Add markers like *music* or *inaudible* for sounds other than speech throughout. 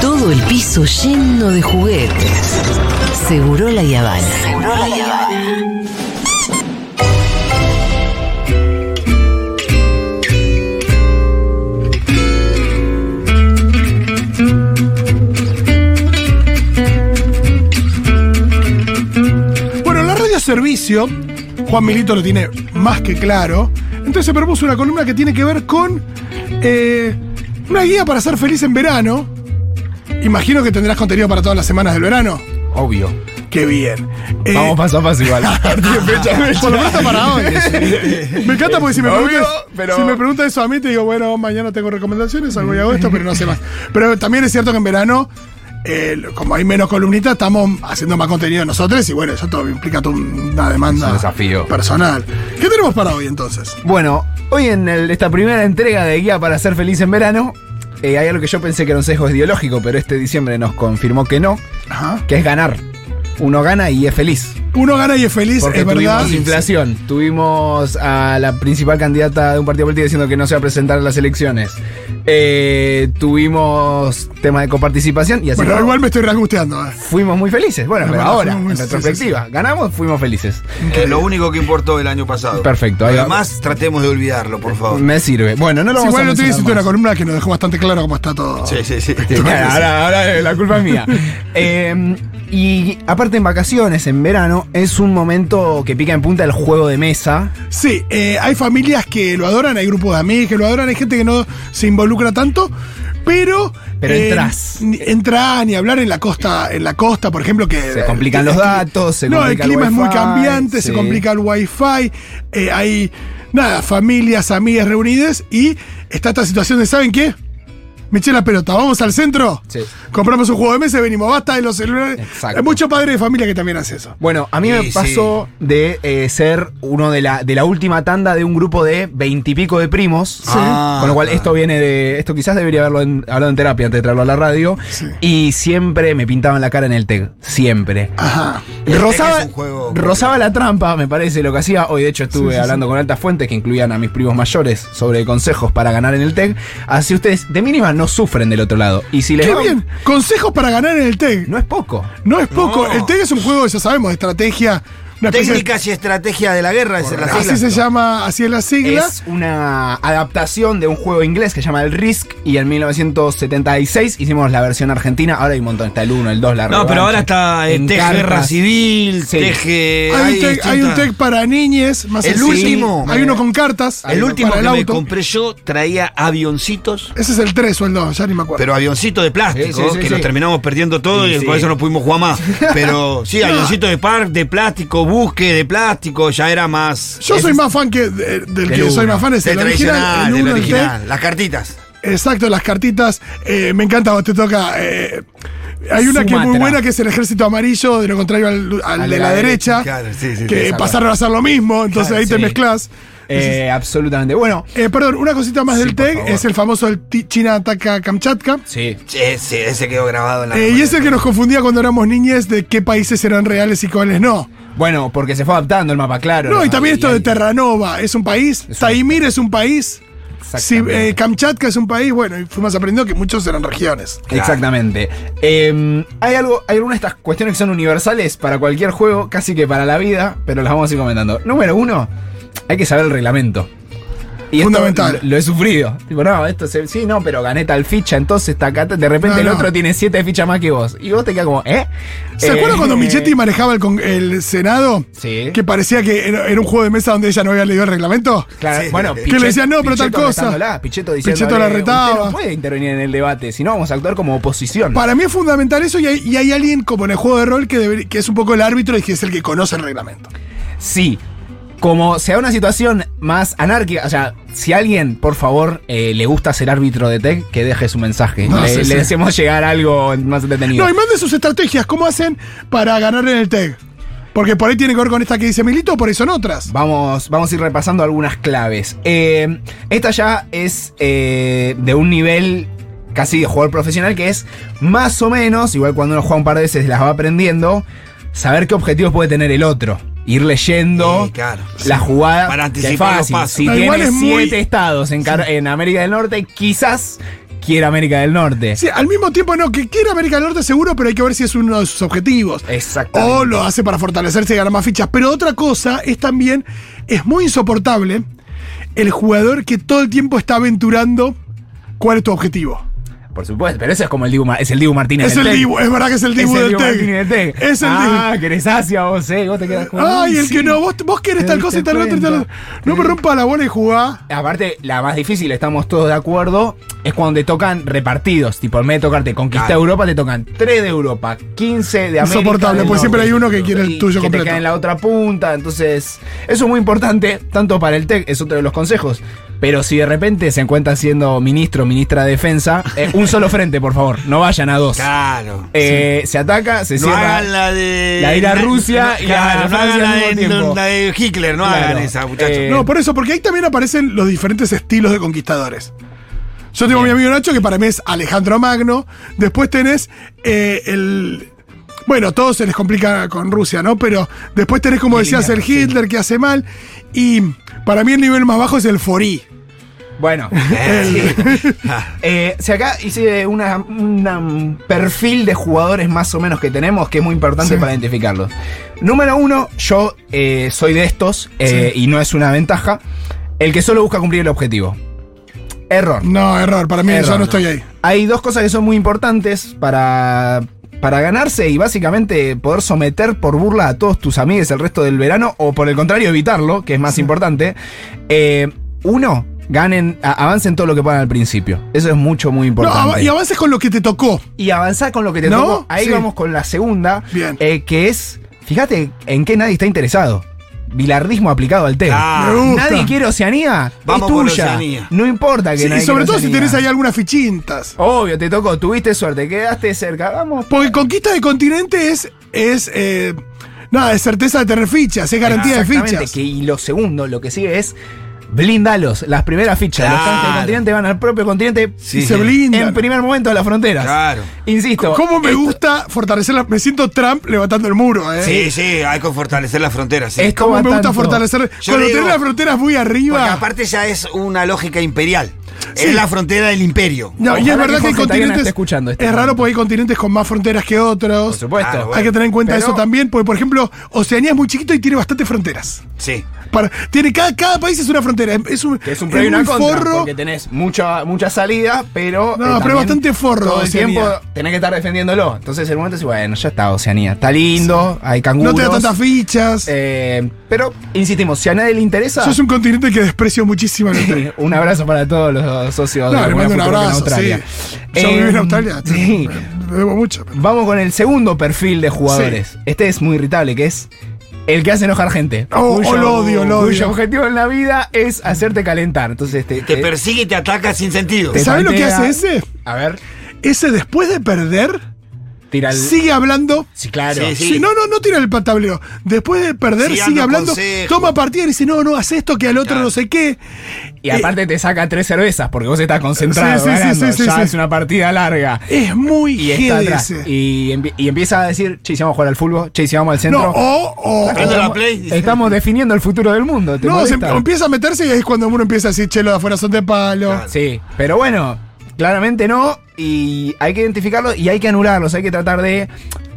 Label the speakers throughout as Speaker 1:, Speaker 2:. Speaker 1: todo el piso lleno de juguetes. Seguro la Yavana. Seguro la Yavana.
Speaker 2: Bueno, la radio servicio, Juan Milito lo tiene más que claro. Entonces se propuso una columna que tiene que ver con eh, una guía para ser feliz en verano. Imagino que tendrás contenido para todas las semanas del verano.
Speaker 3: Obvio.
Speaker 2: Qué bien. Eh,
Speaker 3: Vamos paso a paso
Speaker 2: *laughs*
Speaker 3: igual. Fecha, fecha.
Speaker 2: Por lo menos para hoy. *laughs* Me encanta porque si me,
Speaker 3: Obvio,
Speaker 2: preguntas,
Speaker 3: pero-
Speaker 2: si me preguntas eso a mí, te digo, bueno, mañana tengo recomendaciones, algo y hago esto, pero no sé más. Pero también es cierto que en verano, eh, como hay menos columnistas, estamos haciendo más contenido nosotros y bueno, eso todo implica toda una demanda
Speaker 3: Es un desafío.
Speaker 2: personal. ¿Qué tenemos para hoy entonces?
Speaker 3: Bueno, hoy en el- esta primera entrega de Guía para ser feliz en verano, eh, hay algo que yo pensé que era un sesgo ideológico, pero este diciembre nos confirmó que no,
Speaker 2: Ajá.
Speaker 3: que es ganar. Uno gana y es feliz.
Speaker 2: Uno gana y es feliz,
Speaker 3: Porque
Speaker 2: es verdad.
Speaker 3: tuvimos inflación, tuvimos a la principal candidata de un partido político diciendo que no se va a presentar a las elecciones, eh, tuvimos tema de coparticipación y así
Speaker 2: Bueno,
Speaker 3: fue.
Speaker 2: igual me estoy rasgusteando. eh.
Speaker 3: fuimos muy felices. Bueno,
Speaker 2: Es
Speaker 3: pero
Speaker 2: verdad,
Speaker 3: ahora,
Speaker 2: fuimos muy-
Speaker 3: en
Speaker 2: sí, sí,
Speaker 3: retrospectiva, ganamos, fuimos felices.
Speaker 4: Eh, lo único que importó el año pasado.
Speaker 3: Perfecto, ahí va.
Speaker 4: Además, tratemos de olvidar,lo por favor.
Speaker 3: Me sirve. Bueno, no lo vamos
Speaker 2: igual
Speaker 3: a
Speaker 2: no te
Speaker 3: mencionar
Speaker 2: hiciste
Speaker 3: más.
Speaker 2: una columna que nos dejó bastante claro cómo está todo.
Speaker 4: Sí, sí, sí. *laughs*
Speaker 3: Sí, claro, ahora, ahora, eh, la culpa es mía. Eh, y aparte en vacaciones, en verano, es un momento que pica en punta el juego de mesa.
Speaker 2: Sí, eh, hay familias que lo adoran, hay grupos de amigos que lo adoran, hay gente que no se involucra tanto, pero. eh,
Speaker 3: Pero entrás.
Speaker 2: ni- Entrás ni hablar en la costa, en la costa, por ejemplo, que.
Speaker 3: Se complican
Speaker 2: eh,
Speaker 3: los
Speaker 2: el cli-
Speaker 3: datos, se
Speaker 2: No, el
Speaker 3: complica el
Speaker 2: clima es muy
Speaker 3: wifi,
Speaker 2: cambiante, se
Speaker 3: sí.
Speaker 2: complica el wifi, eh, hay. Nada, familias, amigas reunidas y está esta situación de, ¿saben qué? Me eché la pelota, vamos al centro,
Speaker 3: Sí.
Speaker 2: compramos un juego de mesa y venimos, basta de los celulares.
Speaker 3: Exacto.
Speaker 2: Hay muchos padres de familia que también hacen eso.
Speaker 3: Bueno, a mí
Speaker 4: Sí,
Speaker 3: me pasó de eh, ser uno de la, de la última tanda de un grupo de veintipico de primos.
Speaker 4: Ah,
Speaker 3: con lo cual,
Speaker 4: claro.
Speaker 3: esto viene de. Esto quizás debería haberlo en- hablado en terapia antes de traerlo a la radio.
Speaker 2: Sí.
Speaker 3: Y siempre me pintaban la cara en el TEG. Siempre.
Speaker 2: Ajá.
Speaker 3: Este
Speaker 4: El Tec
Speaker 3: Rozaba,
Speaker 4: es un juego-
Speaker 3: rozaba la trampa, me parece, lo que hacía. Hoy, de hecho, estuve hablando con altas fuentes que incluían a mis primos mayores sobre consejos para ganar en el TEC. Así ustedes, de mínima, no sufren del otro lado. Y si les
Speaker 2: Qué
Speaker 3: va-
Speaker 2: bien, consejos para ganar en el TEC.
Speaker 3: No es poco.
Speaker 2: No es poco.
Speaker 4: No.
Speaker 2: El TEG es un juego, ya sabemos, de estrategia. Una especie de-
Speaker 4: Técnicas y estrategia de la guerra es la
Speaker 2: así
Speaker 4: sigla.
Speaker 2: se llama, así es la sigla.
Speaker 3: Es una adaptación de un juego inglés que se llama el Risk. Y en 1976 hicimos la versión argentina. Ahora hay un montón. Está el 1, el 2, la
Speaker 4: No,
Speaker 3: revancha.
Speaker 4: pero ahora está eh,
Speaker 3: En
Speaker 4: teje guerra
Speaker 3: cartas.
Speaker 4: civil,
Speaker 3: Sí.
Speaker 4: teje.
Speaker 2: hay, un
Speaker 4: hay
Speaker 2: tech, hay un
Speaker 4: distintas-
Speaker 2: tech para niñes, más
Speaker 4: El
Speaker 2: sencillo.
Speaker 4: último.
Speaker 2: Hay uno con cartas. hay
Speaker 4: El
Speaker 2: uno
Speaker 4: último
Speaker 2: para
Speaker 4: que
Speaker 2: el
Speaker 4: me
Speaker 2: auto.
Speaker 4: compré yo traía avioncitos.
Speaker 2: Ese es el 3 o el 2, ya ni me acuerdo.
Speaker 4: Pero avioncitos de plástico,
Speaker 3: Sí, sí, sí,
Speaker 4: que
Speaker 3: sí.
Speaker 4: los terminamos perdiendo todo
Speaker 3: Sí,
Speaker 4: y,
Speaker 3: sí.
Speaker 4: por eso no pudimos
Speaker 3: *laughs*
Speaker 4: jugar más. Pero sí, avioncitos de par, de plástico, busque de plástico, ya era más.
Speaker 2: Yo soy más fan que de- del que soy más fan, es
Speaker 4: del
Speaker 2: el original.
Speaker 4: tradicional,
Speaker 2: El
Speaker 4: del
Speaker 2: uno, el tech.
Speaker 4: original. Las cartitas.
Speaker 2: Exacto, las cartitas. Eh, me encanta, vos te toca. eh, hay una que es muy
Speaker 3: Sumatra.
Speaker 2: buena, que es el ejército amarillo, de lo contrario al, al de la derecha,
Speaker 4: claro, sí, sí,
Speaker 2: que
Speaker 3: sí,
Speaker 2: pasaron a hacer lo mismo, entonces
Speaker 3: Claro,
Speaker 2: ahí te
Speaker 3: sí.
Speaker 2: mezclas.
Speaker 3: Eh, absolutamente. Bueno.
Speaker 2: Eh, perdón, una cosita más
Speaker 3: Sí,
Speaker 2: del
Speaker 3: por
Speaker 2: TEG
Speaker 3: favor.
Speaker 2: es el famoso el ti- China ataca Kamchatka.
Speaker 3: Sí.
Speaker 4: Ese, ese quedó grabado en la.
Speaker 2: Eh, y es el que nos confundía cuando éramos niñes de qué países eran reales y cuáles no.
Speaker 3: Bueno, porque se fue adaptando el mapa, claro.
Speaker 2: No, y también esto de
Speaker 3: terreno
Speaker 2: Terranova es un país,
Speaker 3: Es un-
Speaker 2: Taimir es un país, si,
Speaker 3: Exactamente.
Speaker 2: eh, Kamchatka es un país, bueno, y fuimos aprendiendo que muchos eran regiones.
Speaker 4: Claro.
Speaker 3: Exactamente. Eh, hay algo, hay algunas de estas cuestiones que son universales para cualquier juego, casi que para la vida, pero las vamos a ir comentando. Número uno, hay que saber el reglamento. Y esto
Speaker 2: Fundamental.
Speaker 3: lo, lo he sufrido. Tipo, no, esto se- sí, no, pero gané tal ficha, entonces está acá. De repente
Speaker 2: No,
Speaker 3: el
Speaker 2: no.
Speaker 3: otro tiene siete fichas más que vos. Y vos te quedas como, ¿eh?
Speaker 2: ¿Se
Speaker 3: Eh,
Speaker 2: acuerdan cuando Michetti manejaba el, con- el Senado?
Speaker 3: Sí.
Speaker 2: Que parecía que era, era un juego de mesa donde ella no había leído el reglamento.
Speaker 3: Claro,
Speaker 4: Sí.
Speaker 3: bueno,
Speaker 4: Que
Speaker 2: le decían, no, pero tal
Speaker 3: Pichetto
Speaker 2: cosa.
Speaker 3: retándola, Pichetto diciéndole,
Speaker 2: Pichetto la
Speaker 3: "Usted
Speaker 2: retaba".
Speaker 3: no puede intervenir en el debate, si no vamos a actuar como oposición.
Speaker 2: Para mí es fundamental eso y hay, y hay alguien como en el juego de rol que, debería- que es un poco el árbitro y que es el que conoce el reglamento.
Speaker 3: Sí. Como sea una situación más anárquica, o sea, si alguien, por favor, eh, le gusta ser árbitro de tech, que deje su mensaje.
Speaker 2: No,
Speaker 3: le,
Speaker 2: sí,
Speaker 3: le
Speaker 2: sí.
Speaker 3: deseamos llegar a algo más entretenido.
Speaker 2: No, y manden sus estrategias. ¿Cómo hacen para ganar en el TEG? Porque por ahí tiene que ver con esta que dice Milito, por ahí son otras.
Speaker 3: Vamos, vamos a ir repasando algunas claves. Eh, esta ya es eh, de un nivel casi de jugador profesional que es más o menos, igual cuando uno juega un par de veces las va aprendiendo, saber qué objetivos puede tener el otro. Ir leyendo
Speaker 4: Sí, Eh, claro.
Speaker 3: la jugada.
Speaker 4: Para
Speaker 3: que es
Speaker 4: anticipar los
Speaker 3: fácil.
Speaker 4: pasos.
Speaker 3: Si
Speaker 2: No, igual
Speaker 3: tienes
Speaker 2: es muy-
Speaker 3: siete estados en, car- en América del Norte, quizás quiere América del Norte.
Speaker 2: Sí, al mismo tiempo, no, que quiere América del Norte seguro, pero hay que ver si es uno de sus objetivos.
Speaker 3: Eh, Exactamente.
Speaker 2: O lo hace para fortalecerse y ganar más fichas. Pero otra cosa es también, es muy insoportable el jugador que todo el tiempo está aventurando cuál es tu objetivo.
Speaker 3: Por supuesto, pero eso es como el Dibu, Ma- es el Dibu Martínez.
Speaker 2: Es
Speaker 3: del
Speaker 2: el
Speaker 3: Tec.
Speaker 2: Dibu, es verdad que es el Dibu
Speaker 3: es el
Speaker 2: del
Speaker 3: Dibu Martínez del
Speaker 2: Tec.
Speaker 3: Tec.
Speaker 2: Es el
Speaker 3: Ah,
Speaker 2: Dibu.
Speaker 3: querés Asia vos, eh. Vos te quedás con.
Speaker 2: Ay, el
Speaker 3: sí.
Speaker 2: que no, vos, vos querés
Speaker 3: Te
Speaker 2: tal cosa y
Speaker 3: diste
Speaker 2: tal otra y tal
Speaker 3: cuenta.
Speaker 2: otra. No me rompa la bola y jugá.
Speaker 3: Aparte, la más difícil, estamos todos de acuerdo, es cuando te tocan repartidos. Tipo, en vez de tocarte Conquista
Speaker 4: Claro.
Speaker 3: Europa, te tocan 3 de Europa, 15 de América.
Speaker 2: Insoportable,
Speaker 3: del
Speaker 2: porque siempre
Speaker 3: Norte.
Speaker 2: hay uno que quiere el
Speaker 3: Y
Speaker 2: tuyo
Speaker 3: que
Speaker 2: completo.
Speaker 3: te cae en la otra punta. Entonces, eso es muy importante, tanto para el TEC, es otro de los consejos. Pero si de repente se encuentra siendo ministro, ministra de Defensa, eh, un solo frente, por favor, no vayan a dos.
Speaker 4: Claro.
Speaker 3: Eh, Se ataca, se
Speaker 4: No
Speaker 3: cierra.
Speaker 4: hagan la de.
Speaker 3: la de ir a Rusia y la de
Speaker 4: Claro, no
Speaker 3: Francia al
Speaker 4: hagan la
Speaker 3: mismo
Speaker 4: de,
Speaker 3: tiempo.
Speaker 4: la de Hitler, no
Speaker 3: Claro.
Speaker 4: hagan esa, muchachos.
Speaker 3: Eh,
Speaker 2: No, por eso, porque ahí también aparecen los diferentes estilos de conquistadores. Yo tengo a mi amigo Nacho, que para mí es Alejandro Magno. Después tenés eh, el. Bueno, todos se les complica con Rusia, ¿no? Pero después tenés, como
Speaker 3: Y
Speaker 2: decías, el
Speaker 3: lineal, sí.
Speaker 2: Hitler que hace mal. Y para mí el nivel más bajo es el Forí.
Speaker 3: Bueno. Eh, si acá hice una- una- un perfil de jugadores más o menos que tenemos, que es muy importante
Speaker 2: Sí.
Speaker 3: para identificarlos. Número uno, yo eh, soy de estos, eh, y no es una ventaja, el que solo busca cumplir el objetivo. Error.
Speaker 2: No, error, para mí
Speaker 3: Error,
Speaker 2: yo no
Speaker 3: no.
Speaker 2: estoy ahí.
Speaker 3: Hay dos cosas que son muy importantes para, para ganarse y básicamente poder someter por burla a todos tus amigos el resto del verano o por el contrario evitarlo, que es más importante. Eh, uno, ganen, a- avancen todo lo que puedan al principio. Eso es mucho,
Speaker 2: No,
Speaker 3: muy importante.
Speaker 2: av- y avances con lo que te tocó.
Speaker 3: y avanzar con lo que te
Speaker 2: ¿No?
Speaker 3: tocó. Ahí
Speaker 2: Sí.
Speaker 3: vamos con la segunda,
Speaker 2: Bien.
Speaker 3: eh, que es, fíjate en qué nadie está interesado. Bilardismo aplicado al tema.
Speaker 4: Ah,
Speaker 2: Me gusta.
Speaker 3: Nadie quiere Oceanía.
Speaker 4: Vamos
Speaker 3: es
Speaker 4: por
Speaker 3: tuya.
Speaker 4: Oceanía.
Speaker 3: No importa que
Speaker 2: Sí, y
Speaker 3: nadie
Speaker 2: sobre
Speaker 3: quiera
Speaker 2: todo si
Speaker 3: Oceanía.
Speaker 2: tenés ahí algunas fichitas.
Speaker 3: Obvio, te tocó, tuviste suerte, quedaste cerca, vamos.
Speaker 2: Porque conquista de continente es. es eh, nada, es certeza de tener fichas, es garantía de
Speaker 3: Exactamente,
Speaker 2: fichas.
Speaker 3: que- y lo segundo, lo que sigue es blindalos, las primeras fichas. Los
Speaker 4: Claro.
Speaker 3: tanques del continente van al propio continente
Speaker 4: Sí.
Speaker 2: Y se
Speaker 3: en
Speaker 2: blindan.
Speaker 3: primer momento a las fronteras.
Speaker 4: Claro.
Speaker 3: Insisto.
Speaker 2: ¿Cómo me gusta fortalecer la- Me siento Trump levantando el muro, ¿eh?
Speaker 4: Sí, sí, hay que fortalecer la frontera, sí.
Speaker 3: Es-
Speaker 2: ¿Cómo
Speaker 3: va
Speaker 2: me gusta
Speaker 3: tanto?
Speaker 2: fortalecer?
Speaker 4: Yo
Speaker 2: cuando
Speaker 4: digo-
Speaker 2: tenés las fronteras muy
Speaker 4: Porque
Speaker 2: arriba.
Speaker 4: aparte ya es una lógica imperial.
Speaker 2: Sí.
Speaker 4: Es la frontera del imperio.
Speaker 2: No, y
Speaker 3: Ojalá
Speaker 2: es verdad
Speaker 3: que
Speaker 2: que, hay
Speaker 3: Jorge Tayana
Speaker 2: continentes.
Speaker 3: esté escuchando este
Speaker 2: es raro
Speaker 3: momento.
Speaker 2: porque hay continentes con más fronteras que otros.
Speaker 3: Por supuesto.
Speaker 4: Claro,
Speaker 2: Hay que tener en cuenta
Speaker 3: Pero-
Speaker 2: eso también, porque por ejemplo, Oceanía es muy chiquito y tiene bastantes fronteras.
Speaker 4: Sí.
Speaker 2: Para- tiene, cada, cada país es una frontera. Es, es un,
Speaker 3: Que es un previo y una
Speaker 2: muy
Speaker 3: contra,
Speaker 2: forro.
Speaker 3: porque tenés mucha, mucha salida, pero... eh,
Speaker 2: No, pero
Speaker 3: también
Speaker 2: bastante forro,
Speaker 3: Todo el
Speaker 2: Oceanía.
Speaker 3: tiempo tenés que estar defendiéndolo. Entonces el momento es, bueno, ya está Oceanía. Está lindo, hay canguros.
Speaker 2: No te da tantas fichas.
Speaker 3: eh, Pero, insistimos, si a nadie le interesa... eh,
Speaker 2: Sos un continente que desprecio muchísimo.
Speaker 3: *laughs*
Speaker 2: en el-
Speaker 3: un abrazo para todos los socios
Speaker 2: No, le
Speaker 3: Comunidad
Speaker 2: mando un
Speaker 3: Futurock en
Speaker 2: abrazo. Sí.
Speaker 3: Australia.
Speaker 2: Yo
Speaker 3: Eh,
Speaker 2: viví en Australia.
Speaker 3: *laughs* sí.
Speaker 2: Me debo mucho. pero-
Speaker 3: Vamos con el segundo perfil de jugadores. Este es muy irritable, que es el que hace enojar gente.
Speaker 2: Oh, oh, lo odio, lo
Speaker 3: cuyo
Speaker 2: odio.
Speaker 3: objetivo en la vida es hacerte calentar. Entonces este, te,
Speaker 4: Te
Speaker 3: te-
Speaker 4: persigue y te ataca sin sentido.
Speaker 3: Eh. te
Speaker 2: ¿Sabés lo que
Speaker 3: tantea.
Speaker 2: hace ese?
Speaker 3: A ver,
Speaker 2: Ese después de perder,
Speaker 3: tira el...
Speaker 2: sigue hablando.
Speaker 3: Sí, claro.
Speaker 4: Sí, sí.
Speaker 2: Sí, no, no, no tira el pa- tablero. Después de perder,
Speaker 4: Sí,
Speaker 2: sigue
Speaker 4: dando
Speaker 2: hablando,
Speaker 4: consejos.
Speaker 2: toma partida y dice, no, no, haz esto, que al otro
Speaker 4: Claro.
Speaker 2: no sé qué.
Speaker 3: Y aparte te saca tres cervezas porque vos estás concentrado.
Speaker 2: Sí, sí, sí,
Speaker 3: ganando.
Speaker 2: sí, sí,
Speaker 3: ya
Speaker 2: sí.
Speaker 3: es una partida larga.
Speaker 2: Es muy
Speaker 3: Y está
Speaker 2: GD
Speaker 3: atrás.
Speaker 2: ese.
Speaker 3: Y, empie- y empieza a decir, che, si vamos a jugar al fútbol, che, si vamos al centro.
Speaker 2: No, oh, o, o,
Speaker 4: Sacando
Speaker 2: o-
Speaker 4: la play.
Speaker 3: Estamos definiendo el futuro del mundo. ¿te
Speaker 2: no, se
Speaker 3: molesta?
Speaker 2: empieza a meterse y ahí es cuando uno empieza a decir, che, los de afuera son de palo.
Speaker 4: Claro.
Speaker 3: Sí, pero bueno, claramente no. Y hay que identificarlos y hay que anularlos. Hay que tratar de.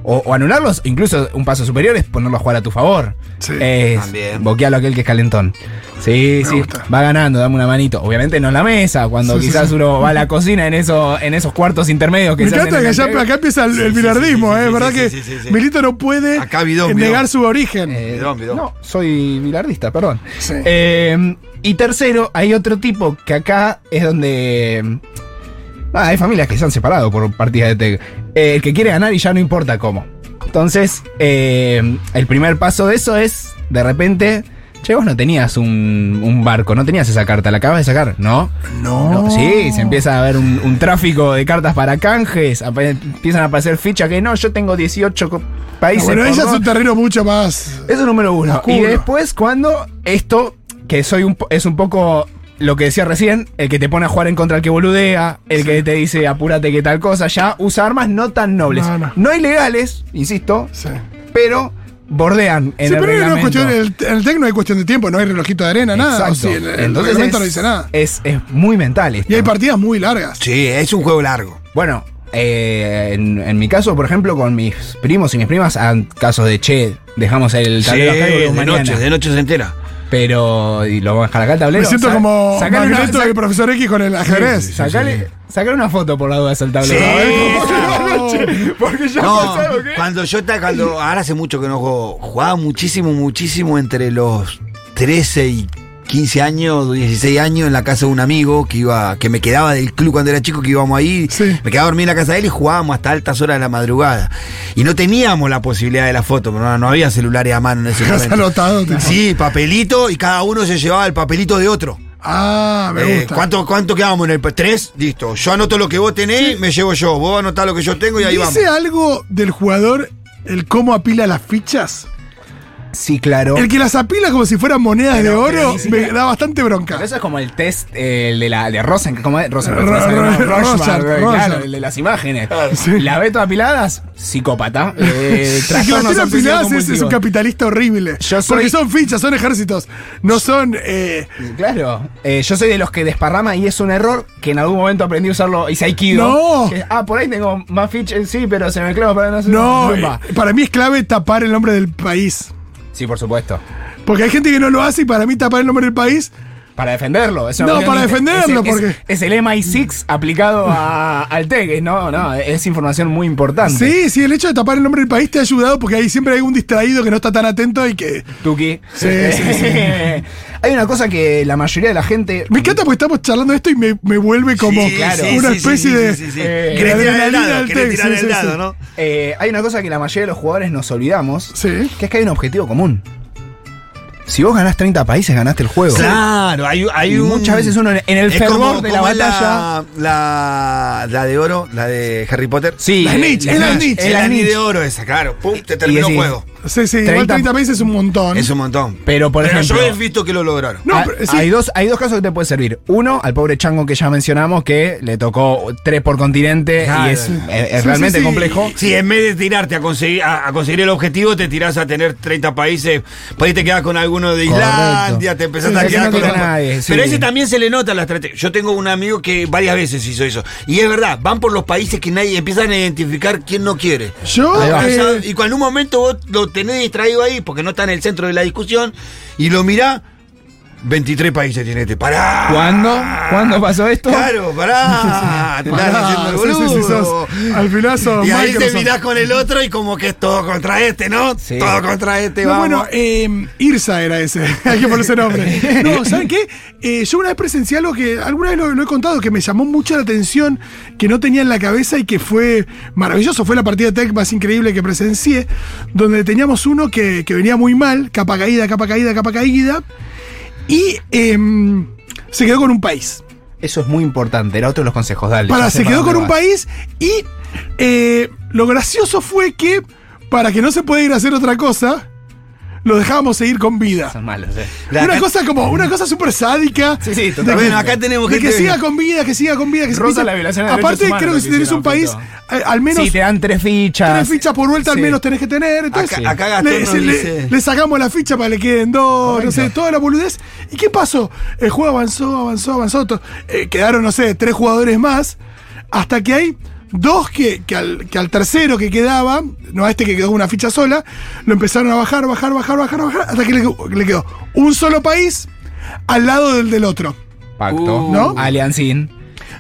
Speaker 3: O, o anularlos, incluso un paso superior es ponerlo a jugar a tu favor.
Speaker 2: Sí,
Speaker 3: Es
Speaker 4: también.
Speaker 3: Boquealo a aquel que es calentón. Sí, sí.
Speaker 2: gusta.
Speaker 3: Va ganando, dame una manito. Obviamente no en la mesa, cuando
Speaker 2: Sí,
Speaker 3: quizás
Speaker 2: sí, sí.
Speaker 3: uno va a la cocina en, eso, en esos cuartos intermedios que
Speaker 2: Me
Speaker 3: se hacen
Speaker 2: encanta
Speaker 3: en
Speaker 2: que
Speaker 3: el
Speaker 2: allá,
Speaker 3: interior.
Speaker 2: acá empieza el,
Speaker 4: Sí,
Speaker 2: el
Speaker 4: sí,
Speaker 2: bilardismo,
Speaker 4: sí, sí,
Speaker 2: ¿eh?
Speaker 4: sí,
Speaker 2: ¿Verdad
Speaker 4: sí,
Speaker 2: que
Speaker 4: sí, sí, sí.
Speaker 2: Milito no puede
Speaker 4: Acá bidón,
Speaker 2: negar
Speaker 4: bidón.
Speaker 2: su origen?
Speaker 3: Eh,
Speaker 4: Bidón, bidón.
Speaker 3: No, soy bilardista, perdón.
Speaker 2: Sí.
Speaker 3: Eh, y tercero, hay otro tipo que acá es donde. mm, Ah, hay familias que se han separado por partidas de TEG. Eh, el que quiere ganar y ya no importa cómo. Entonces, eh, el primer paso de eso es, de repente, che, vos no tenías un, un barco, no tenías esa carta, la acabas de sacar, ¿no? No, sí, se empieza a ver un, un tráfico de cartas para canjes, apa- empiezan a aparecer fichas que no, yo tengo 18 co-
Speaker 2: No,
Speaker 3: países.
Speaker 2: bueno,
Speaker 3: por
Speaker 2: ella es
Speaker 3: dos".
Speaker 2: un terreno mucho más.
Speaker 3: Eso es número uno.
Speaker 2: Oscuro.
Speaker 3: Y después, cuando esto, que soy un, po- es un poco lo que decía recién, el que te pone a jugar en contra el que boludea, el que te dice apúrate que tal cosa, ya usa armas no tan nobles.
Speaker 2: No, no.
Speaker 3: No ilegales, insisto,
Speaker 2: Sí.
Speaker 3: pero bordean en
Speaker 2: Sí,
Speaker 3: el
Speaker 2: pero no hay una
Speaker 3: reglamento.
Speaker 2: cuestión- el, en el tech no hay cuestión de tiempo, no hay relojito de arena, nada.
Speaker 3: Exacto.
Speaker 2: O sea, el, el
Speaker 3: Entonces
Speaker 2: reglamento
Speaker 3: es,
Speaker 2: no dice nada.
Speaker 3: Es, es muy mental esto.
Speaker 2: Y hay partidas muy largas.
Speaker 4: Sí, es un juego largo.
Speaker 3: Bueno, eh, en, en mi caso, por ejemplo, con mis primos y mis primas, han casos de che, dejamos el
Speaker 4: Sí,
Speaker 3: tablero acá y
Speaker 4: de
Speaker 3: volvemos mañana.
Speaker 4: noche, de noche se entera.
Speaker 3: Pero, y lo vamos a dejar acá el tablero.
Speaker 2: Me siento
Speaker 3: Sa-
Speaker 2: como
Speaker 3: sacale una-
Speaker 2: Magneto
Speaker 3: sa-
Speaker 2: del profesor X con el ajedrez.
Speaker 3: sacale- sacale una foto por la duda del tablero.
Speaker 4: Sí.
Speaker 3: A ver cómo se ve
Speaker 2: No.
Speaker 3: la noche.
Speaker 2: *laughs*
Speaker 3: Porque ya
Speaker 4: No,
Speaker 3: pasó algo que-
Speaker 4: cuando yo estaba, cuando, ahora hace mucho que no juego, jugaba muchísimo, muchísimo entre los 13 y 15 años, 16 años en la casa de un amigo que iba, que me quedaba del club cuando era chico, que íbamos ahí,
Speaker 2: Sí.
Speaker 4: me quedaba dormido en la casa de él y jugábamos hasta altas horas de la madrugada. Y no teníamos la posibilidad de la foto, pero no, no había celulares a mano en
Speaker 2: *laughs*
Speaker 4: ese
Speaker 2: Has
Speaker 4: momento.
Speaker 2: anotado. te-
Speaker 4: Sí, papelito y cada uno se llevaba el papelito de otro.
Speaker 2: Ah, me
Speaker 4: Eh,
Speaker 2: gusta.
Speaker 4: ¿cuánto, ¿Cuánto quedamos en el pa- tres? Listo. Yo anoto lo que vos tenés, me llevo yo. Vos anotás lo que yo tengo y ahí vamos.
Speaker 2: ¿Dice algo del jugador el cómo apila las fichas?
Speaker 3: Sí, claro.
Speaker 2: El que las apila como si fueran monedas de oro me da bastante bronca.
Speaker 3: Eso es como el test eh, el de la de Rosen, ¿cómo es? Rosen,
Speaker 2: Ro-
Speaker 3: Rosen,
Speaker 2: Ro-
Speaker 3: no,
Speaker 2: Ro-
Speaker 3: Rochman,
Speaker 2: Rosard,
Speaker 3: eh,
Speaker 2: Rosard.
Speaker 3: claro, el de las imágenes.
Speaker 2: Sí.
Speaker 3: Las ve todas apiladas,
Speaker 2: *laughs*
Speaker 3: psicópata. Eh,
Speaker 2: El que las
Speaker 3: trastornos
Speaker 2: tiene apiladas es, es
Speaker 3: obsesivo-compulsivos.
Speaker 2: un capitalista horrible.
Speaker 3: Yo soy-
Speaker 2: Porque son fichas, son ejércitos. No son. eh,
Speaker 3: Claro, Eh, yo soy de los que desparrama y es un error que en algún momento aprendí a usarlo hice Aikido.
Speaker 2: No.
Speaker 3: Que, ah, por ahí tengo más fichas, sí, pero se mezclaron para no hacer-
Speaker 2: no,
Speaker 3: Zumba.
Speaker 2: eh, para mí es clave tapar el nombre del país.
Speaker 3: Sí, por supuesto.
Speaker 2: Porque hay gente que no lo hace y para mí tapar el nombre del país.
Speaker 3: Para defenderlo. es una
Speaker 2: No,
Speaker 3: cuestión
Speaker 2: para
Speaker 3: inte-
Speaker 2: defenderlo,
Speaker 3: es el-
Speaker 2: porque-
Speaker 3: Es, es el MI6 aplicado a- al TEG. No, no, es información muy importante.
Speaker 2: Sí, sí, el hecho de tapar el nombre del país te ha ayudado porque ahí siempre hay un distraído que no está tan atento y que.
Speaker 3: Tuki.
Speaker 2: Sí,
Speaker 3: *laughs*
Speaker 2: sí, sí.
Speaker 3: Hay una cosa que la mayoría de la gente.
Speaker 2: Me encanta porque estamos charlando de esto y me, me vuelve como
Speaker 4: Sí, claro.
Speaker 2: una
Speaker 4: sí, sí,
Speaker 2: especie
Speaker 4: sí,
Speaker 2: de.
Speaker 4: sí, sí, sí.
Speaker 3: eh,
Speaker 4: Querés tirar el
Speaker 2: adrenalina
Speaker 4: dado,
Speaker 2: del
Speaker 4: querés
Speaker 2: tenis,
Speaker 4: tirar
Speaker 2: sí, sí,
Speaker 4: el dado,
Speaker 2: sí.
Speaker 4: ¿no?
Speaker 3: eh, hay una cosa que la mayoría de los jugadores nos olvidamos.
Speaker 2: Sí.
Speaker 3: Que es que hay un objetivo común. Si vos ganás 30 países, ganaste el juego.
Speaker 4: Claro, hay, hay
Speaker 3: Y
Speaker 4: un-
Speaker 3: muchas veces uno en en el
Speaker 4: es
Speaker 3: fervor
Speaker 4: como-
Speaker 3: de la
Speaker 4: como es
Speaker 3: batalla.
Speaker 4: La, la de oro, la de Harry Potter.
Speaker 3: Sí,
Speaker 2: La Snitch, es la Snitch.
Speaker 3: es
Speaker 4: El
Speaker 3: la
Speaker 4: anillo
Speaker 3: Snitch.
Speaker 4: de oro esa, claro. Pum, te terminó el
Speaker 3: decís,
Speaker 4: juego.
Speaker 2: Sí, sí, igual
Speaker 3: 30
Speaker 2: 30 veces es un montón.
Speaker 4: Es un montón.
Speaker 3: Pero por
Speaker 4: Pero
Speaker 3: ejemplo.
Speaker 4: yo he visto que lo lograron.
Speaker 2: No,
Speaker 3: ha-
Speaker 2: pero sí.
Speaker 3: Ah, hay, dos, hay dos casos que te puede servir. Uno, al pobre Chango que ya mencionamos, que le tocó tres por continente
Speaker 4: Claro.
Speaker 3: y es, es- es
Speaker 2: sí,
Speaker 3: realmente
Speaker 2: sí.
Speaker 3: complejo.
Speaker 4: Sí, en vez de tirarte a conseguir, a, a conseguir el objetivo, te tirás a tener 30 países. Por ahí te quedás con alguno de
Speaker 3: Correcto.
Speaker 4: Islandia, te empezás
Speaker 3: Sí,
Speaker 4: a
Speaker 3: sí,
Speaker 4: quedar
Speaker 3: no
Speaker 4: con
Speaker 3: tiene
Speaker 4: otro.
Speaker 3: nadie, sí.
Speaker 4: Pero ese también se le nota la estrategia. Yo tengo un amigo que varias veces hizo eso. Y es verdad, van por los países que nadie empiezan a identificar quién no quiere.
Speaker 2: Yo.
Speaker 3: Ahí va.
Speaker 2: eh,
Speaker 4: Ya, y cuando en un momento vos lo tenés distraído ahí, porque no está en el centro de la discusión, y lo mirá, 23 países tiene este. ¡Pará!
Speaker 3: ¿Cuándo? ¿Cuándo pasó esto?
Speaker 4: Claro, pará. Te estás
Speaker 2: Pará,
Speaker 4: haciendo el
Speaker 2: Ah, sí, sí, sí,
Speaker 4: boludo.
Speaker 2: sos- al final sos
Speaker 4: Y ahí te
Speaker 2: Microsoft.
Speaker 4: mirás con el otro y como que es todo contra este, ¿no?
Speaker 3: Sí.
Speaker 4: Todo contra este,
Speaker 2: no,
Speaker 4: vamos.
Speaker 2: bueno, eh, Irsa era ese. *laughs* Hay que ponerse nombre. No, ¿saben qué? Eh, yo una vez presencié algo que alguna vez lo, lo he contado, que me llamó mucho la atención, que no tenía en la cabeza y que fue maravilloso. Fue la partida de tech más increíble que presencié, donde teníamos uno que, que venía muy mal, capa caída, capa caída, capa caída, y em, se quedó con un país.
Speaker 3: Eso es muy importante. Era otro de los consejos. Dale. ya
Speaker 2: Para,
Speaker 3: sé
Speaker 2: se quedó
Speaker 3: dónde
Speaker 2: con un
Speaker 3: vas.
Speaker 2: país y eh, lo gracioso fue que para que no se pueda ir a hacer otra cosa, lo dejábamos seguir con vida.
Speaker 3: Son malos, eh.
Speaker 2: Una cosa como, una cosa súper sádica.
Speaker 3: Sí, sí,
Speaker 2: de
Speaker 3: totalmente.
Speaker 4: Bueno, acá tenemos
Speaker 2: de que
Speaker 4: gente-
Speaker 2: siga con vida, que siga con vida, que se-
Speaker 3: Rosa
Speaker 2: ¿viste?
Speaker 3: la violación de
Speaker 2: Aparte,
Speaker 3: derechos humanos,
Speaker 2: creo que si tenés
Speaker 3: hicieron,
Speaker 2: un país, eh, al al menos
Speaker 3: Sí, te dan tres fichas.
Speaker 2: tres fichas por vuelta, al
Speaker 3: Sí.
Speaker 2: menos tenés que tener. Entonces,
Speaker 4: Ah, Acá- acá Gastón
Speaker 2: le,
Speaker 4: nos
Speaker 2: se- le-
Speaker 4: dice-
Speaker 2: le sacamos la ficha para que le queden dos,
Speaker 3: Correcto.
Speaker 2: no sé, toda la boludez. ¿Y qué pasó? El juego avanzó, avanzó, avanzó. to- eh, quedaron, no sé, tres jugadores más, hasta que hay dos que, que, al, que al tercero que quedaba, no a este que quedó con una ficha sola, lo empezaron a bajar, bajar, bajar, bajar, bajar, hasta que le, le quedó un solo país al lado del del otro.
Speaker 3: Pacto.
Speaker 4: Uh.
Speaker 2: ¿No?
Speaker 3: Aliancín.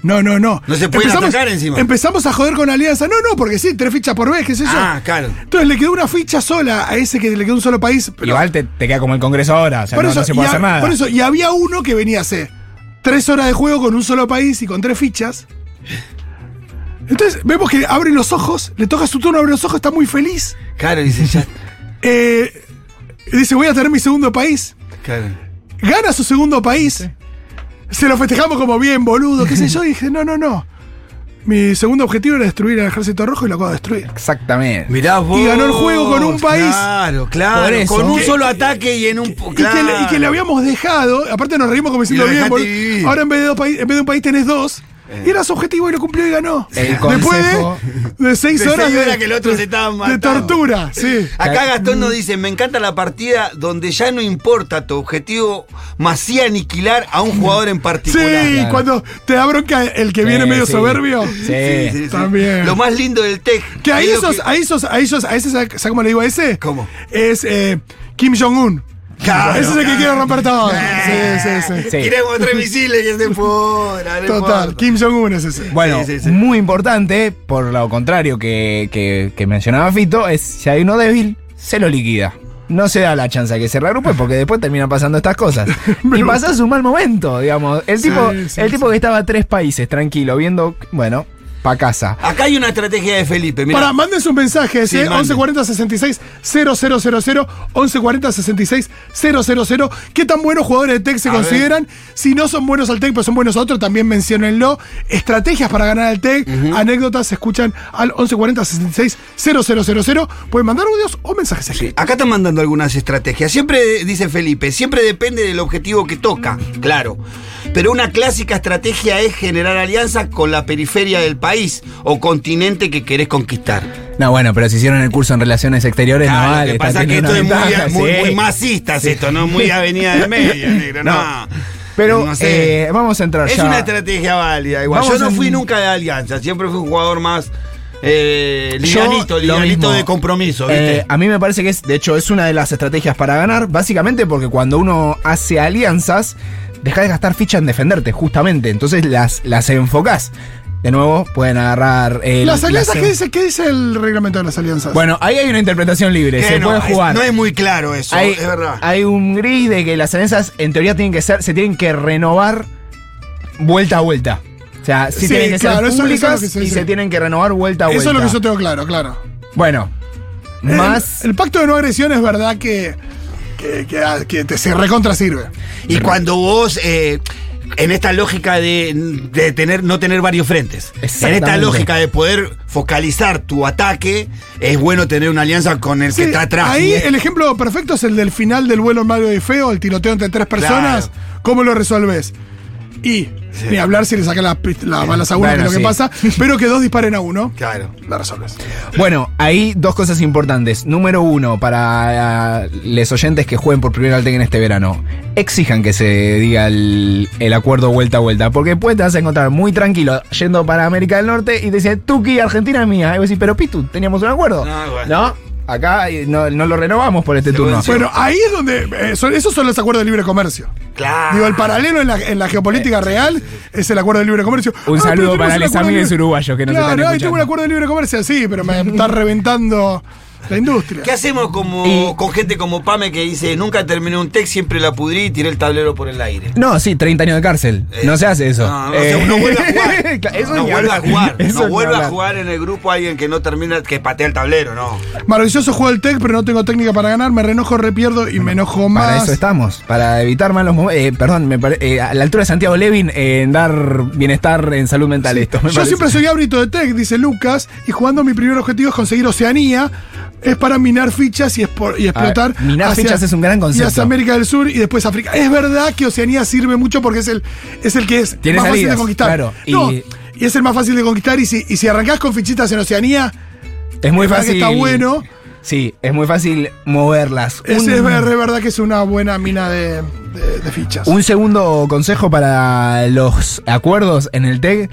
Speaker 2: No, no, no.
Speaker 4: No se pueden atacar encima.
Speaker 2: Empezamos a joder con alianza. No, no, porque sí, tres fichas por vez, qué sé yo.
Speaker 4: Ah, claro.
Speaker 2: Entonces le quedó una ficha sola a ese que le quedó un solo país. Pero
Speaker 3: Igual te, te queda como el Congreso ahora. O sea,
Speaker 2: por,
Speaker 3: no,
Speaker 2: eso,
Speaker 3: no se
Speaker 2: y
Speaker 3: puede
Speaker 2: a-
Speaker 3: hacer nada.
Speaker 2: por eso, y había uno que venía hace tres horas de juego con un solo país y con tres fichas. Entonces vemos que abre los ojos, le toca su turno, abre los ojos, está muy feliz.
Speaker 4: Claro, dice ya.
Speaker 2: Eh, dice, voy a tener mi segundo país.
Speaker 4: Claro.
Speaker 2: Gana su segundo país. Se lo festejamos como bien, boludo,
Speaker 3: *laughs*
Speaker 2: qué sé yo. Y dije, no, no, no. Mi segundo objetivo era destruir al ejército rojo y lo acabo de destruir.
Speaker 3: Exactamente.
Speaker 4: Mirá vos.
Speaker 2: Y ganó el juego con un país.
Speaker 4: Claro, claro.
Speaker 3: Por eso.
Speaker 4: Con un
Speaker 3: Que-
Speaker 4: solo ataque y en un. po-
Speaker 2: Y que, le, y que le habíamos dejado, aparte nos reímos como diciendo
Speaker 4: lo
Speaker 2: bien,
Speaker 4: dejaste
Speaker 2: boludo.
Speaker 4: vivir.
Speaker 2: Ahora en vez, de dos paí- en vez de un país tenés dos.
Speaker 4: Eh.
Speaker 2: Y era su objetivo y lo cumplió y ganó.
Speaker 3: El
Speaker 2: Después
Speaker 3: consejo-
Speaker 2: de, de seis
Speaker 4: De
Speaker 2: horas
Speaker 4: seis
Speaker 2: de,
Speaker 4: horas que el otro se estaba
Speaker 2: de
Speaker 4: matando.
Speaker 2: tortura. Sí.
Speaker 4: Acá Gastón nos dice, me encanta la partida donde ya no importa tu objetivo, más sí aniquilar a un jugador en
Speaker 2: Sí,
Speaker 4: particular.
Speaker 2: cuando te da bronca el que viene
Speaker 3: Sí,
Speaker 2: medio
Speaker 3: sí.
Speaker 2: soberbio.
Speaker 3: Sí.
Speaker 2: También.
Speaker 4: Eh, Lo más lindo del tech.
Speaker 2: Que ahí
Speaker 4: es lo
Speaker 2: esos, ahí esos, ahí esos, a ese, ¿sabes cómo le digo a ese?
Speaker 4: ¿Cómo?
Speaker 2: Es eh, Kim Jong-un.
Speaker 4: Claro.
Speaker 2: ese es el que quiere romper todo. Sí, sí, sí.
Speaker 3: Sí.
Speaker 4: Tiremos tres misiles y se fuera. no
Speaker 2: Total,
Speaker 4: importa.
Speaker 2: Kim Jong-un es ese.
Speaker 3: Bueno,
Speaker 4: Sí, sí, sí.
Speaker 3: muy importante, por lo contrario que, que- que mencionaba Fito, es si hay uno débil, se lo liquida. No se da la chance a que se reagrupe porque después terminan pasando estas *laughs* cosas. y pasás un mal momento, digamos. El tipo,
Speaker 2: sí,
Speaker 3: el tipo
Speaker 2: sí.
Speaker 3: que estaba a tres países tranquilo viendo, bueno, pa' casa.
Speaker 4: Acá hay una estrategia de Felipe. Mira,
Speaker 2: Para, manden sus mensajes,
Speaker 4: Sí,
Speaker 2: ¿eh?
Speaker 4: manden.
Speaker 2: 1140 66 000, 1140 66 000. ¿Qué tan buenos jugadores de tech se
Speaker 4: A
Speaker 2: consideran? Si no son buenos al tech, pero son buenos a otro, también menciónenlo. Estrategias para ganar al tech, anécdotas se escuchan al 1140 66 000. Pueden mandar audios o mensajes escritos.
Speaker 4: Acá están mandando algunas estrategias. Siempre, dice Felipe, siempre depende del objetivo que toca, claro. Pero una clásica estrategia es generar alianzas con la periferia del país o continente que querés conquistar.
Speaker 3: No, bueno, pero si hicieron el curso en relaciones exteriores,
Speaker 4: Claro,
Speaker 3: no vale.
Speaker 4: lo que
Speaker 3: está
Speaker 4: pasa es que esto
Speaker 3: teniendo
Speaker 4: es muy,
Speaker 3: una ventaja,
Speaker 4: muy-
Speaker 3: sí.
Speaker 4: muy masistas esto, ¿no?
Speaker 3: *laughs*
Speaker 4: Muy avenida de medio, negro, no.
Speaker 3: No, Pero
Speaker 4: No sé.
Speaker 3: eh, vamos a entrar
Speaker 4: Es
Speaker 3: ya.
Speaker 4: una estrategia válida. Igual.
Speaker 3: Vamos
Speaker 4: Yo no
Speaker 3: en-
Speaker 4: fui nunca de alianza, siempre fui un jugador más eh,
Speaker 3: Yo,
Speaker 4: livianito,
Speaker 3: lo
Speaker 4: livianito
Speaker 3: mismo.
Speaker 4: de compromiso, ¿viste?
Speaker 3: Eh, a mí me parece que es, de hecho, es una de las estrategias para ganar, básicamente porque cuando uno hace alianzas, deja de gastar ficha en defenderte, justamente. Entonces las, las enfocás. De nuevo, pueden agarrar. el-
Speaker 2: Las alianzas,
Speaker 3: las-
Speaker 2: ¿qué dice, ¿qué dice el reglamento de las alianzas?
Speaker 3: Bueno, ahí hay una interpretación libre,
Speaker 4: Que
Speaker 3: se
Speaker 4: no,
Speaker 3: puede
Speaker 4: es-
Speaker 3: jugar.
Speaker 4: no es muy claro eso,
Speaker 3: hay, Ah,
Speaker 4: es verdad.
Speaker 3: hay un gris de que las alianzas, en teoría, tienen que ser, se tienen que renovar vuelta a vuelta. O sea, sí,
Speaker 2: Sí,
Speaker 3: tienen que
Speaker 2: claro,
Speaker 3: ser
Speaker 2: eso- eso es lo que
Speaker 3: públicas
Speaker 2: se
Speaker 3: y
Speaker 2: dice.
Speaker 3: se tienen que renovar vuelta a
Speaker 2: Eso
Speaker 3: vuelta.
Speaker 2: es lo que yo tengo claro, claro.
Speaker 3: Bueno, más.
Speaker 2: El, el pacto de no agresión es verdad que, que, que- que te se recontra sirve.
Speaker 4: Y cuando vos, eh, en esta lógica de, de tener, no tener varios frentes, en esta
Speaker 3: Exactamente.
Speaker 4: lógica de poder focalizar tu ataque, es bueno tener una alianza con el que
Speaker 2: Sí,
Speaker 4: está atrás.
Speaker 2: Ahí
Speaker 3: ¿eh?
Speaker 4: Y es-
Speaker 2: el ejemplo perfecto es el del final del vuelo en Mario y Feo, el tiroteo entre tres personas. ¿Cómo lo resolves? Y ni hablar si le sacas las pist- las balas a uno,
Speaker 3: Bueno,
Speaker 2: que es lo que
Speaker 3: sí. *laughs*
Speaker 2: pasa, pero que dos disparen a uno.
Speaker 4: Claro.
Speaker 2: La resolves.
Speaker 3: Bueno, ahí dos cosas importantes. Número uno, para los oyentes que jueguen por primera vez en este verano, exijan que se diga el, el acuerdo vuelta a vuelta, porque después te vas a encontrar muy tranquilo yendo para América del Norte y te dicen, Tuki, Argentina es mía. Y vos decís, pero Pitu, teníamos un acuerdo.
Speaker 4: No,
Speaker 3: No,
Speaker 4: bueno.
Speaker 3: acá eh, no, no lo renovamos por este
Speaker 4: Se
Speaker 3: turno.
Speaker 4: puede
Speaker 2: Bueno, ahí es donde. eh, son- esos son los acuerdos de libre comercio.
Speaker 3: Ah.
Speaker 4: Claro.
Speaker 2: Digo, el paralelo en la, en la geopolítica real es el acuerdo de libre comercio. Ah,
Speaker 3: Un
Speaker 2: pero
Speaker 3: saludo
Speaker 2: tenemos
Speaker 3: para
Speaker 2: un
Speaker 3: los
Speaker 2: acuerdo de
Speaker 3: amigos
Speaker 2: libre-
Speaker 3: uruguayos que nos
Speaker 2: Claro,
Speaker 3: están
Speaker 2: ay,
Speaker 3: escuchando.
Speaker 2: tengo un acuerdo de libre comercio, sí, pero me está reventando la industria.
Speaker 4: ¿Qué hacemos como,
Speaker 3: Y-
Speaker 4: con gente como Pame que dice, nunca terminé un tech, siempre la pudrí y tiré el tablero por el aire?
Speaker 3: No, sí, 30 años de cárcel.
Speaker 4: Eh,
Speaker 3: No se hace eso.
Speaker 4: No, no, o sea,
Speaker 3: Eh,
Speaker 4: no vuelve
Speaker 3: *laughs*
Speaker 4: a jugar.
Speaker 3: claro, eso
Speaker 4: no
Speaker 3: ni
Speaker 4: vuelve a
Speaker 3: hablar.
Speaker 4: jugar.
Speaker 3: *laughs* Eso
Speaker 4: no
Speaker 3: ni
Speaker 4: vuelve a
Speaker 3: hablar.
Speaker 4: jugar en el grupo alguien que no termina, que patea el tablero, no.
Speaker 2: Maravilloso juego del tech, pero no tengo técnica para ganar. Me renojo, repierdo y me enojo más.
Speaker 3: Para eso estamos, para evitar malos momentos. perdón, me pare- eh, a la altura de Santiago Levin, eh, en dar bienestar en salud mental. Esto, me
Speaker 2: Yo
Speaker 3: parece.
Speaker 2: siempre soy ábrito de tech, dice Lucas, y jugando mi primer objetivo es conseguir Oceanía. Es para minar fichas y, expo- y explotar.
Speaker 3: minar fichas es un gran concepto.
Speaker 2: Y hacia América del Sur y después África. Es verdad que Oceanía sirve mucho porque es el, es el que es
Speaker 3: Tiene
Speaker 2: más fácil de
Speaker 3: salidas,
Speaker 2: conquistar.
Speaker 3: claro, y-
Speaker 2: No, y... es el más fácil de conquistar. Y si, y si arrancás con fichitas en Oceanía,
Speaker 3: Es muy
Speaker 2: la verdad que
Speaker 3: fácil.
Speaker 2: está bueno.
Speaker 3: Sí, es muy fácil moverlas.
Speaker 2: es,
Speaker 3: Un-
Speaker 2: es ver- es verdad que es una buena mina de, de- de fichas.
Speaker 3: Un segundo consejo para los acuerdos en el TEG: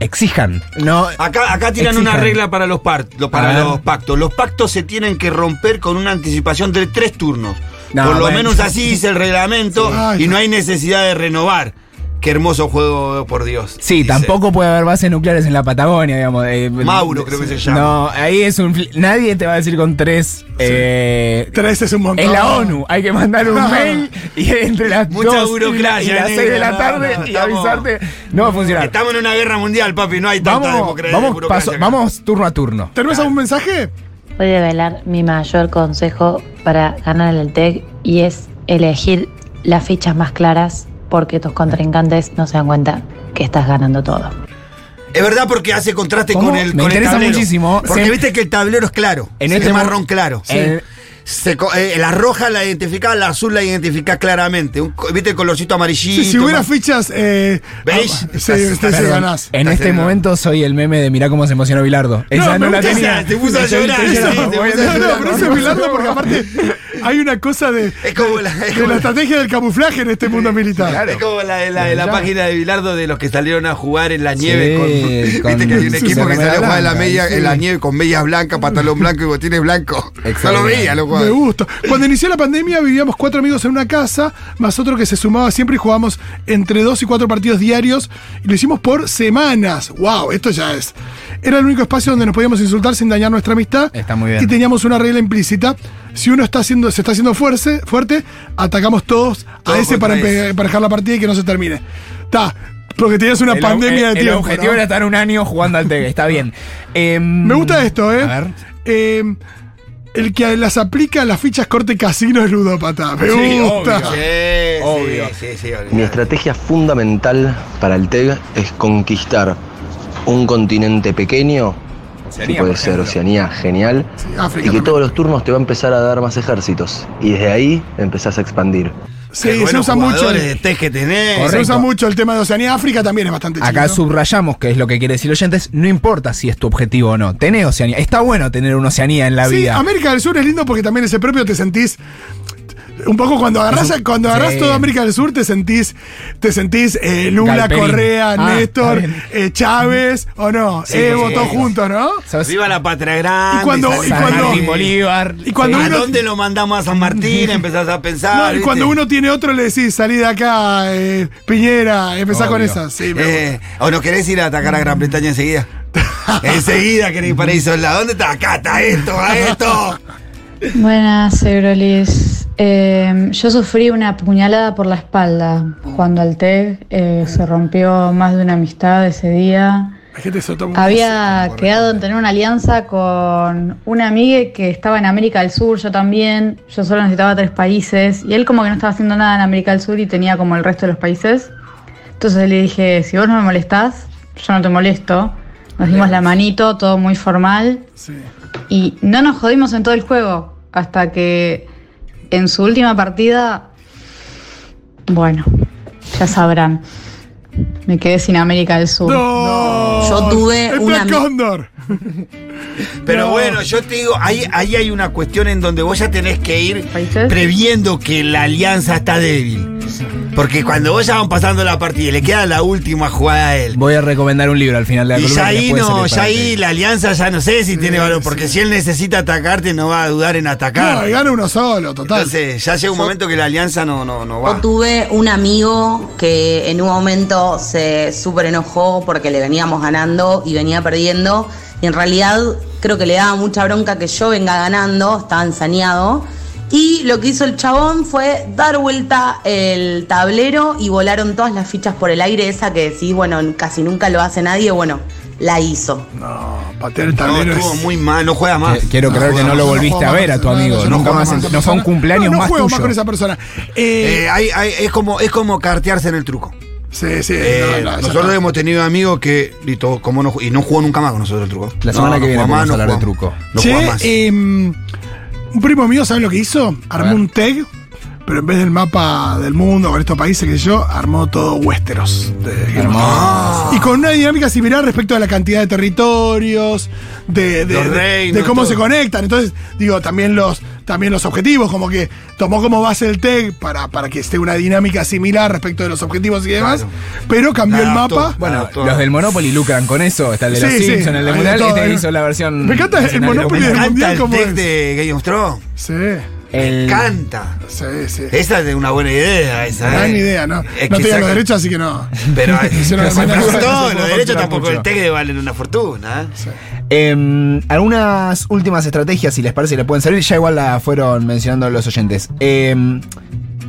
Speaker 3: exijan. No,
Speaker 4: Acá, acá tiran
Speaker 3: Exijan.
Speaker 4: una regla para los, par- lo-
Speaker 3: A
Speaker 4: para
Speaker 3: ver.
Speaker 4: los pactos. Los pactos se tienen que romper con una anticipación de tres turnos.
Speaker 3: No,
Speaker 4: Por lo
Speaker 3: bueno.
Speaker 4: menos así dice el reglamento
Speaker 2: Sí. Ay,
Speaker 4: y no
Speaker 2: no.
Speaker 4: hay necesidad de renovar. Qué hermoso juego, por Dios.
Speaker 3: Sí,
Speaker 4: dice.
Speaker 3: tampoco puede haber bases nucleares en la Patagonia, digamos. eh,
Speaker 4: Mauro, creo que se llama.
Speaker 3: No, ahí es un. fl- Nadie te va a decir con tres. eh,
Speaker 2: Tres es un montón.
Speaker 3: Es la ONU, hay que mandar un
Speaker 2: No.
Speaker 3: mail y entre las
Speaker 4: Mucha
Speaker 3: 2
Speaker 4: burocracia,
Speaker 3: y las
Speaker 4: nena,
Speaker 3: 6 de
Speaker 4: no,
Speaker 3: la tarde
Speaker 4: no,
Speaker 3: y
Speaker 4: estamos-
Speaker 3: avisarte no va a funcionar.
Speaker 4: Estamos en una guerra mundial, papi. No hay tanta
Speaker 3: Vamos,
Speaker 4: democracia.
Speaker 3: vamos,
Speaker 4: burocracia
Speaker 3: paso-
Speaker 4: acá.
Speaker 3: vamos turno a turno.
Speaker 2: ¿Tenemos algún mensaje?
Speaker 5: Voy a velar mi mayor consejo para ganar el TEC y es elegir las fichas más claras porque tus contrincantes no se dan cuenta que estás ganando todo.
Speaker 4: Es verdad porque hace contraste
Speaker 3: ¿Cómo?
Speaker 4: con el,
Speaker 3: Me
Speaker 4: con el
Speaker 3: interesa
Speaker 4: tablero.
Speaker 3: muchísimo.
Speaker 4: Porque
Speaker 3: Sí.
Speaker 4: viste que el tablero es claro.
Speaker 3: En
Speaker 4: es
Speaker 3: este mo-
Speaker 4: marrón claro.
Speaker 3: En-
Speaker 4: se co- eh, la roja la identificás, la azul la identificás claramente. Un co- ¿Viste el colorcito amarillito?
Speaker 2: Si, si hubiera
Speaker 4: más-
Speaker 2: fichas. Eh,
Speaker 4: ¿Veis?
Speaker 2: ah, Sí,
Speaker 4: Estás- estás-
Speaker 2: ustedes se
Speaker 4: perdón.
Speaker 2: ganás.
Speaker 3: En
Speaker 4: Estás
Speaker 3: este
Speaker 2: *laughs*
Speaker 4: en-
Speaker 3: momento soy el meme de mirá cómo se emocionó Bilardo. Esa
Speaker 2: me
Speaker 3: no, la
Speaker 2: gusta
Speaker 3: tenía.
Speaker 4: esa, te puso
Speaker 3: Yo-
Speaker 4: a
Speaker 3: yo-
Speaker 4: llorar,
Speaker 3: yo-
Speaker 4: sí,
Speaker 3: yo-
Speaker 4: te
Speaker 3: yo-
Speaker 4: puso a
Speaker 3: yo-
Speaker 2: eh. No, no,
Speaker 4: llorar.
Speaker 2: pero eso es Bilardo porque aparte hay una cosa de,
Speaker 4: Es como la, es
Speaker 2: de
Speaker 4: como
Speaker 2: la
Speaker 4: la-
Speaker 2: estrategia del camuflaje en este mundo militar.
Speaker 4: es como la de la, de la
Speaker 3: Ya.
Speaker 4: página de Bilardo de los que salieron a jugar en la
Speaker 3: Sí,
Speaker 4: nieve. con-
Speaker 3: con
Speaker 4: *laughs* Viste que hay un
Speaker 3: su
Speaker 4: equipo que
Speaker 3: remera
Speaker 4: salió a jugar en la,
Speaker 3: blanca,
Speaker 4: media,
Speaker 3: sí.
Speaker 4: en la nieve con medias blancas, pantalón blanco y botines blancos. *laughs* No lo
Speaker 3: Excelente.
Speaker 4: veía, loco.
Speaker 2: Me gusta. Cuando inició la pandemia vivíamos cuatro amigos en una casa, más otro que se sumaba siempre y jugábamos entre dos y cuatro partidos diarios y lo hicimos por semanas. ¡Wow! Esto ya es. Era el único espacio donde nos podíamos insultar sin dañar nuestra amistad.
Speaker 3: Está muy bien.
Speaker 2: Y teníamos una regla implícita. Si uno está haciendo, se está haciendo fuerte, fuerte atacamos todos
Speaker 4: Todo
Speaker 2: a ese para,
Speaker 4: contra
Speaker 2: empe-
Speaker 4: ese.
Speaker 2: para dejar la partida y que no se termine. Está. Porque tenías una
Speaker 3: El au-
Speaker 2: pandemia
Speaker 3: el-
Speaker 2: de tiempo.
Speaker 3: El objetivo
Speaker 2: ¿no?
Speaker 3: era estar un año jugando al TV, está bien. Em,
Speaker 2: Me gusta esto, ¿eh?
Speaker 3: A ver.
Speaker 2: Eh, el que las aplica a las fichas corte casino es ludópata. Me
Speaker 3: Sí,
Speaker 2: gusta.
Speaker 3: obvio.
Speaker 4: Obvio.
Speaker 3: Obvio.
Speaker 4: Sí, sí, sí,
Speaker 6: Mi
Speaker 4: obvio.
Speaker 6: estrategia fundamental para el TEG es conquistar un continente pequeño, que puede ser Oceanía, genial,
Speaker 2: Sí, África
Speaker 6: y que
Speaker 2: también.
Speaker 6: todos los turnos te va a empezar a dar más ejércitos. Y desde ahí empezás a expandir.
Speaker 4: Qué
Speaker 2: Sí, se
Speaker 4: buenos
Speaker 2: usa mucho.
Speaker 4: jugadores de
Speaker 2: el-
Speaker 4: test que tenés.
Speaker 2: Se
Speaker 3: Correcto.
Speaker 2: usa mucho el tema de Oceanía. África también es bastante
Speaker 3: Acá
Speaker 2: chiquito.
Speaker 3: subrayamos que es lo que quiere decir oyentes, no importa si es tu objetivo o no. Tenés Oceanía. Está bueno tener una Oceanía en la
Speaker 2: Sí,
Speaker 3: vida.
Speaker 2: América del Sur es lindo porque también ese propio te sentís. Un poco cuando agarrás, cuando agarrás
Speaker 3: Sí.
Speaker 2: toda América del Sur te sentís, te sentís eh, Lula,
Speaker 3: Galperín.
Speaker 2: Correa,
Speaker 3: Ah,
Speaker 2: Néstor,
Speaker 3: está bien.
Speaker 2: eh, Chávez, o no,
Speaker 3: Sí,
Speaker 2: Evo,
Speaker 3: sí,
Speaker 2: todos
Speaker 3: sí.
Speaker 2: juntos, ¿no?
Speaker 3: ¿Sabes?
Speaker 4: Viva la patria grande.
Speaker 2: Y cuando-
Speaker 4: San
Speaker 2: y
Speaker 3: San
Speaker 2: cuando-
Speaker 3: Martín
Speaker 4: Martín,
Speaker 3: Bolívar.
Speaker 2: y cuando-
Speaker 4: ¿A
Speaker 2: uno-
Speaker 4: dónde lo mandamos a San Martín? Empezás a
Speaker 2: No,
Speaker 4: pensar.
Speaker 2: y cuando
Speaker 4: Ah, ¿viste?
Speaker 2: uno tiene otro le decís, salí de acá, eh, Piñera, empezá con
Speaker 3: Obvio.
Speaker 2: esas. Sí, me
Speaker 4: Eh, ¿O no querés ir a atacar a Gran
Speaker 2: *laughs*
Speaker 4: Bretaña enseguida? enseguida querés ir para Isolda. ¿Dónde está? Acá está esto, a esto.
Speaker 7: Buenas, Eurolis. Eh, yo sufrí una puñalada por la espalda jugando al TEG. Eh, se rompió más de una amistad ese día.
Speaker 2: gusta. La gente se toma un-
Speaker 7: Había quedado en tener una alianza con una amiga que estaba en América del Sur, yo también. Yo solo necesitaba tres países. Y él como que no estaba haciendo nada en América del Sur y tenía como el resto de los países. Entonces le dije, si vos no me molestás, yo no te molesto. Nos dimos la manito, todo muy formal.
Speaker 2: Sí.
Speaker 7: Y no nos jodimos en todo el juego. Hasta que en su última partida. Bueno, ya sabrán. Me quedé sin América del Sur.
Speaker 2: No.
Speaker 8: Yo tuve
Speaker 2: el
Speaker 8: una-
Speaker 2: Plan Cóndor.
Speaker 4: Pero
Speaker 2: No.
Speaker 4: bueno, yo te digo, ahí, ahí hay una cuestión en donde vos ya tenés que ir
Speaker 7: ¿Países?
Speaker 4: previendo que la alianza está débil. Porque cuando vos ya van pasando la partida y le queda la última jugada a él.
Speaker 3: Voy a recomendar un libro al final de la
Speaker 4: Y
Speaker 3: columna
Speaker 4: ya
Speaker 3: que les
Speaker 4: ahí
Speaker 3: puede
Speaker 4: no,
Speaker 3: servir
Speaker 4: ya
Speaker 3: para
Speaker 4: ahí
Speaker 3: ti.
Speaker 4: la alianza ya no sé si tiene valor, porque si él necesita atacarte no va a dudar en
Speaker 2: No,
Speaker 4: atacar.
Speaker 2: y gana uno solo, total.
Speaker 4: Entonces ya llega un momento que la alianza no, no, no
Speaker 8: Yo
Speaker 4: va.
Speaker 8: tuve un amigo que en un momento se súper enojó porque le veníamos ganando y venía perdiendo. Y en realidad creo que le daba mucha bronca que yo venga ganando, estaba ensañado. Y lo que hizo el chabón fue dar vuelta el tablero y volaron todas las fichas por el aire, esa que decís, bueno, casi nunca lo hace nadie, bueno, la hizo.
Speaker 2: no, patear el
Speaker 4: No,
Speaker 2: tablero
Speaker 4: estuvo
Speaker 2: es-
Speaker 4: muy mal, no juega más.
Speaker 3: Que- Quiero creer que no lo
Speaker 2: no
Speaker 3: volviste
Speaker 2: juego
Speaker 3: a ver
Speaker 2: más,
Speaker 3: a tu
Speaker 2: no, no,
Speaker 3: amigo.
Speaker 2: yo no
Speaker 3: Nunca
Speaker 2: juego
Speaker 3: más.
Speaker 2: más
Speaker 3: en-
Speaker 2: con
Speaker 3: No
Speaker 2: esa
Speaker 3: fue un
Speaker 2: persona.
Speaker 3: cumpleaños
Speaker 2: no, no
Speaker 3: más
Speaker 2: juego
Speaker 3: tuyo.
Speaker 2: más con esa persona. Eh,
Speaker 4: Eh, hay- hay- es, como, es como cartearse en el truco.
Speaker 2: sí, sí.
Speaker 4: Eh,
Speaker 2: no, no, ya
Speaker 4: nosotros
Speaker 2: está.
Speaker 4: hemos tenido amigos que listo, como no, ju- y no jugó nunca más con nosotros el truco.
Speaker 3: La
Speaker 4: No,
Speaker 3: semana que
Speaker 4: no
Speaker 3: viene
Speaker 4: juega más,
Speaker 3: vamos a hablar de
Speaker 4: no juega-
Speaker 3: truco.
Speaker 4: No
Speaker 2: Che,
Speaker 4: juega más.
Speaker 2: em, un primo mío, ¿sabe lo que hizo? Armó
Speaker 3: ver.
Speaker 2: un tag, pero en vez del mapa del mundo con estos países que yo, armó todo Westeros. de- Y con una dinámica similar respecto a la cantidad de territorios, de, de-
Speaker 4: Los
Speaker 2: de-
Speaker 4: reinos,
Speaker 2: de cómo
Speaker 4: todo.
Speaker 2: se conectan. Entonces, digo, también los, también los objetivos, como que tomó como base el TEG para, para que esté una dinámica similar respecto de los objetivos y demás,
Speaker 4: Claro.
Speaker 2: pero cambió el
Speaker 4: Claro,
Speaker 2: mapa.
Speaker 4: todo.
Speaker 3: Bueno,
Speaker 4: todo.
Speaker 3: los del Monopoly lucran con eso. Está el de los
Speaker 2: Ah, Sí, sí,
Speaker 3: Simpsons, el de
Speaker 2: hay de
Speaker 3: Mundial,
Speaker 2: todo,
Speaker 3: y te
Speaker 2: hay-
Speaker 3: hizo la versión.
Speaker 2: Me encanta el
Speaker 3: nacional y
Speaker 2: Monopoly
Speaker 4: Me
Speaker 2: del
Speaker 3: documental.
Speaker 2: mundial,
Speaker 4: encanta el
Speaker 2: ¿cómo
Speaker 4: tech
Speaker 2: es?
Speaker 4: de Game of Thrones.
Speaker 2: Sí.
Speaker 4: Me
Speaker 3: El-
Speaker 4: encanta.
Speaker 2: Sí, sí.
Speaker 4: Esa es una buena idea. Esa,
Speaker 2: Gran
Speaker 4: eh.
Speaker 2: idea, ¿no?
Speaker 4: Es
Speaker 2: no
Speaker 4: que
Speaker 2: tenía los
Speaker 4: saca-
Speaker 2: derechos, así que
Speaker 4: *laughs*
Speaker 2: no.
Speaker 4: Pero eh,
Speaker 2: *laughs* Hicieron
Speaker 4: pero
Speaker 2: el
Speaker 4: se
Speaker 2: manual.
Speaker 4: frustró,
Speaker 2: Eso
Speaker 3: se puede
Speaker 4: los derechos
Speaker 3: facturar
Speaker 4: tampoco
Speaker 3: mucho.
Speaker 4: el TEC valen una fortuna. ¿eh?
Speaker 3: Em, algunas últimas estrategias, si les parece, le pueden servir. Ya igual la fueron mencionando los oyentes. Em,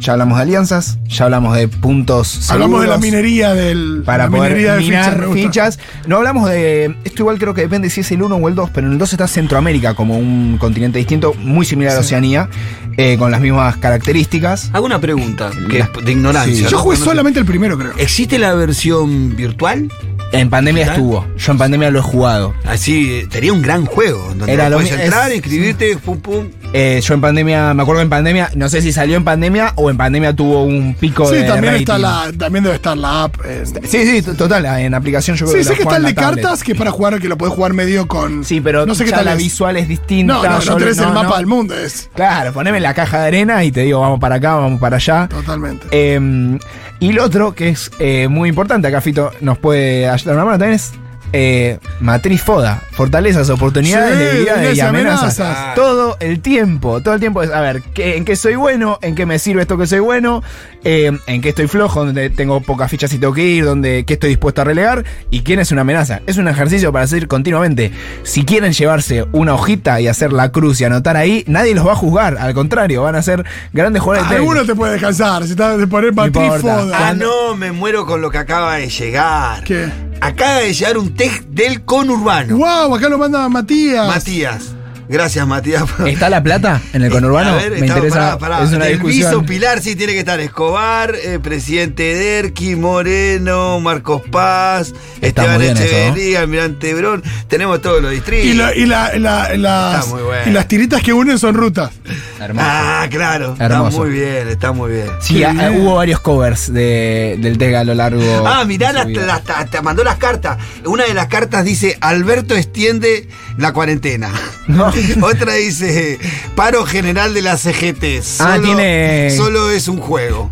Speaker 3: ya hablamos de alianzas, ya hablamos de puntos.
Speaker 2: Hablamos de la
Speaker 3: seguros
Speaker 2: minería del.
Speaker 3: Para
Speaker 2: la
Speaker 3: poder
Speaker 2: minería de
Speaker 3: minar
Speaker 2: fichas, me gusta.
Speaker 3: fichas, No hablamos de. Esto igual creo que depende si es el 1 o el 2, pero en el 2 está Centroamérica como un continente distinto, muy similar a Oceanía, eh, con las mismas características.
Speaker 2: Ah,
Speaker 4: Hago una pregunta que
Speaker 3: La-
Speaker 4: es de ignorancia.
Speaker 3: Sí.
Speaker 4: ¿no?
Speaker 2: Yo jugué
Speaker 4: Conoce-
Speaker 2: solamente el primero, creo.
Speaker 4: ¿Existe la versión virtual?
Speaker 3: En pandemia
Speaker 4: ¿Digital?
Speaker 3: estuvo. Yo en pandemia lo he jugado.
Speaker 4: Así, eh, tenía un gran juego. en Donde
Speaker 3: Era lo
Speaker 4: puedes
Speaker 3: mi-
Speaker 4: entrar,
Speaker 3: es-
Speaker 4: inscribirte, pum, pum.
Speaker 3: Eh, yo en pandemia, me acuerdo en pandemia, no sé si salió en pandemia o en pandemia tuvo un pico de.
Speaker 2: Sí, también, está
Speaker 3: rating.
Speaker 2: la, también debe estar la app. eh.
Speaker 3: Sí, sí, t- total, ah, en aplicación yo creo
Speaker 2: Sí,
Speaker 3: que
Speaker 2: sé
Speaker 3: la
Speaker 2: que está el
Speaker 3: juegan
Speaker 2: de
Speaker 3: en la tablet.
Speaker 2: cartas, que es para jugar, que lo podés jugar medio con.
Speaker 3: Sí, pero
Speaker 2: no sé qué
Speaker 3: ya
Speaker 2: tal
Speaker 3: la
Speaker 2: es.
Speaker 3: visual es distinta.
Speaker 2: No, no,
Speaker 3: yo
Speaker 2: no tenés
Speaker 3: no,
Speaker 2: el mapa
Speaker 3: no.
Speaker 2: del mundo, es.
Speaker 3: Claro, poneme la caja de arena y te digo, vamos para acá, vamos para allá.
Speaker 2: Totalmente.
Speaker 3: Eh, y lo otro que es eh, muy importante, acá Fito nos puede ayudar una mano también es eh, matriz foda, fortalezas, oportunidades,
Speaker 2: Sí,
Speaker 3: debilidades y
Speaker 2: debilidades y
Speaker 3: amenazas.
Speaker 2: amenazas.
Speaker 3: Todo el tiempo, todo el tiempo es, a ver, ¿qué- ¿en qué soy bueno? ¿En qué me sirve esto que soy bueno? Eh, ¿En qué estoy flojo? ¿Dónde tengo pocas fichas y tengo que ir? ¿Dónde, ¿Qué estoy dispuesto a relegar? ¿Y quién es una amenaza? Es un ejercicio para hacer continuamente. Si quieren llevarse una hojita y hacer la cruz y anotar ahí, nadie los va a juzgar, al contrario, van a ser grandes jugadores de tenis.
Speaker 2: Alguno te puede descansar, si estás de poner
Speaker 3: Ah, importa.
Speaker 2: matrifoda.
Speaker 4: Ah, no, me muero con lo que acaba de llegar.
Speaker 2: ¿Qué?
Speaker 4: Acaba de llegar un test del conurbano.
Speaker 2: ¡Wow! Acá lo manda Matías.
Speaker 4: Matías. Gracias, Matías.
Speaker 3: ¿Está La Plata en el conurbano?
Speaker 4: *laughs* A ver,
Speaker 3: Me
Speaker 4: estaba-
Speaker 3: interesa.
Speaker 4: pará, pará.
Speaker 3: Es una
Speaker 4: Del Viso
Speaker 3: discusión.
Speaker 4: Pilar sí tiene que estar Escobar, eh, presidente Derqui, Moreno, Marcos Paz,
Speaker 3: Está
Speaker 4: Esteban
Speaker 3: muy bien eso,
Speaker 4: Echeverría, Almirante Brón. Tenemos todos los distritos.
Speaker 2: Y, la- y la- la- las,
Speaker 4: muy bueno.
Speaker 2: y las tiritas que unen son rutas.
Speaker 3: Hermoso.
Speaker 4: Ah, claro.
Speaker 3: Hermoso.
Speaker 4: Está muy bien, está muy bien.
Speaker 3: sí,
Speaker 2: qué
Speaker 3: ah,
Speaker 2: bien.
Speaker 3: hubo varios covers de, del Tega a lo largo.
Speaker 4: Ah, mirá,
Speaker 3: de su
Speaker 4: las-
Speaker 3: vida.
Speaker 4: las- ta- te mandó las cartas. Una de las cartas dice, Alberto extiende la cuarentena.
Speaker 3: *laughs* No.
Speaker 4: *laughs* Otra dice, paro general de la CGT. Solo,
Speaker 3: Ah, tiene-
Speaker 4: Solo es un juego.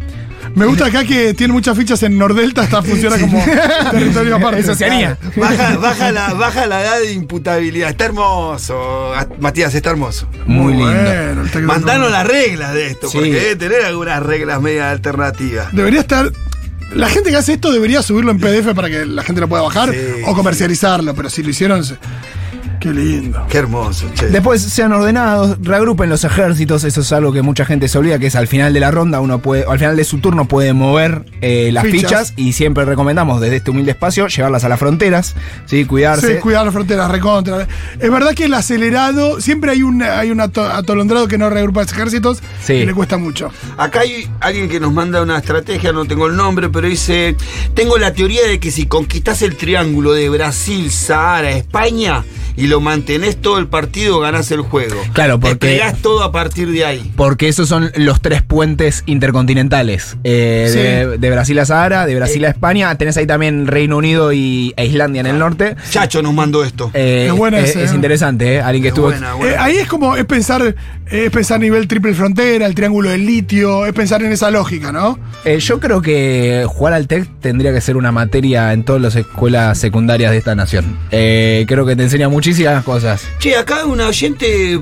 Speaker 2: Me gusta acá que tiene muchas fichas en Nordelta, hasta funciona
Speaker 3: *laughs*
Speaker 2: como territorio aparte.
Speaker 3: Es Oceanía. *laughs*
Speaker 4: Baja, baja, la, baja la edad de imputabilidad. Está hermoso, At- Matías, está hermoso.
Speaker 3: Muy lindo.
Speaker 2: Bueno, está quedando-
Speaker 4: Mandanos las reglas de esto,
Speaker 3: Sí.
Speaker 4: porque debe tener algunas reglas media alternativas.
Speaker 2: Debería estar. La gente que hace esto debería subirlo en PDF para que la gente lo pueda bajar
Speaker 4: Sí,
Speaker 2: o comercializarlo, pero si lo hicieron. se- Qué lindo.
Speaker 4: Qué hermoso, che.
Speaker 3: Después sean ordenados, reagrupen los ejércitos, eso es algo que mucha gente se olvida, que es al final de la ronda uno puede, o al final de su turno puede mover eh, las
Speaker 2: Fichas.
Speaker 3: fichas. y siempre recomendamos desde este humilde espacio llevarlas a las fronteras, sí, cuidarse.
Speaker 2: Sí, cuidar las fronteras, recontra. Es verdad que el acelerado, siempre hay un, hay un ato- atolondrado que no reagrupa los ejércitos
Speaker 3: Sí.
Speaker 2: y le cuesta mucho.
Speaker 4: Acá hay alguien que nos manda una estrategia, no tengo el nombre, pero dice, tengo la teoría de que si conquistás el triángulo de Brasil, Sahara, España y lo mantenés todo el partido, ganás el juego.
Speaker 3: Claro, porque-
Speaker 4: Desplegás todo a partir de ahí.
Speaker 3: Porque esos son los tres puentes intercontinentales. eh,
Speaker 2: Sí. Eh.
Speaker 3: de, de Brasil a Sahara, de Brasil a España. Tenés ahí también Reino Unido y, e Islandia en el norte.
Speaker 4: Chacho nos mandó esto.
Speaker 3: Eh,
Speaker 2: Es buena
Speaker 3: eh,
Speaker 2: esa,
Speaker 3: es
Speaker 2: ¿eh?
Speaker 3: interesante, ¿eh? Alguien que
Speaker 4: Es
Speaker 3: estuvo.
Speaker 4: buena, buena.
Speaker 2: Eh, ahí es como, es pensar, eh, es pensar nivel triple frontera, el triángulo del litio, es pensar en esa lógica, ¿no?
Speaker 3: Eh, yo creo que jugar al TEC tendría que ser una materia en todas las escuelas secundarias de esta nación. Eh, creo que te enseña muchísimas cosas.
Speaker 4: Che, acá una oyente,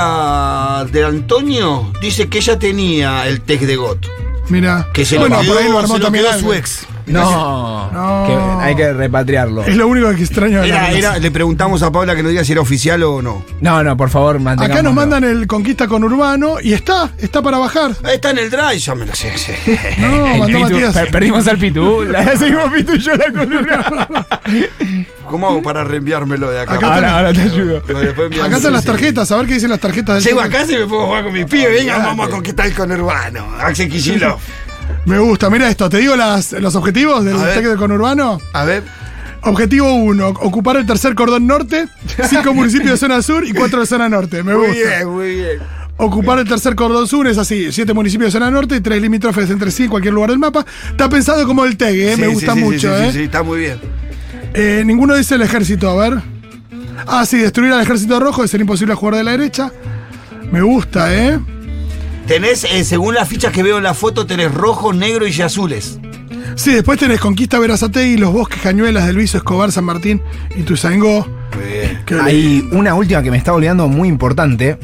Speaker 4: Paula de Antonio, dice que ella tenía el test de GOT.
Speaker 2: Mira.
Speaker 4: Que se
Speaker 2: bueno,
Speaker 4: lo
Speaker 2: por ahí lo
Speaker 4: quedó,
Speaker 2: armó
Speaker 4: se lo
Speaker 2: también
Speaker 4: quedó
Speaker 2: alguien.
Speaker 4: su ex.
Speaker 3: No,
Speaker 2: No.
Speaker 3: que hay que repatriarlo.
Speaker 2: Es lo único que extraño de la
Speaker 4: Era-
Speaker 2: relación.
Speaker 4: era- le preguntamos a Paula que nos diga si era oficial o no.
Speaker 3: No, no, por favor, mantengamos.
Speaker 2: Acá nos mandan el Conquista con Urbano y está, está para bajar.
Speaker 4: Ahí Está en el drive, ya me lo sé. sí. eh,
Speaker 2: No, mandó Matías.
Speaker 3: perdimos
Speaker 2: *laughs*
Speaker 3: al Pitu. La seguimos Pitu y yo la columna.
Speaker 4: ¿Cómo hago para reenviármelo de acá?
Speaker 2: Acá
Speaker 3: Ahora, ahora te ayudo.
Speaker 4: Pero después me
Speaker 2: Acá
Speaker 4: hace-
Speaker 2: están las tarjetas, a ver qué dicen las tarjetas. del
Speaker 4: Llego
Speaker 2: Twitter.
Speaker 4: acá y me puedo jugar con mis pibes. Venga, vamos a conquistar con Urbano. Axel Kicillof.
Speaker 2: Me gusta, mira esto, te digo las, los objetivos del
Speaker 4: A ver.
Speaker 2: ataque de conurbano.
Speaker 4: A ver.
Speaker 2: Objetivo 1, ocupar el tercer cordón norte,
Speaker 4: *laughs*
Speaker 2: cinco municipios de zona sur y cuatro de zona norte. Me
Speaker 4: Muy
Speaker 2: gusta.
Speaker 4: bien, muy bien.
Speaker 2: Ocupar el tercer cordón sur es así, siete municipios de zona norte y tres limítrofes entre sí, cualquier lugar del mapa. Está pensado como el TEG, ¿eh?
Speaker 4: Sí,
Speaker 2: me
Speaker 4: sí,
Speaker 2: gusta
Speaker 4: sí, sí,
Speaker 2: mucho.
Speaker 4: sí,
Speaker 2: ¿eh?
Speaker 4: sí, está muy bien.
Speaker 2: Eh, ninguno dice el ejército, a ver. Ah, sí, destruir al ejército rojo es ser imposible jugar de la derecha. Me gusta, ¿eh?
Speaker 4: Tenés, eh, según las fichas que veo en la foto, tenés rojos, negros y azules.
Speaker 2: Sí, después tenés Conquista Verazategui, los bosques cañuelas del Luiso Escobar, San Martín y Tuzangó.
Speaker 4: Muy bien.
Speaker 2: Que-
Speaker 3: Hay una última que me está olvidando muy importante.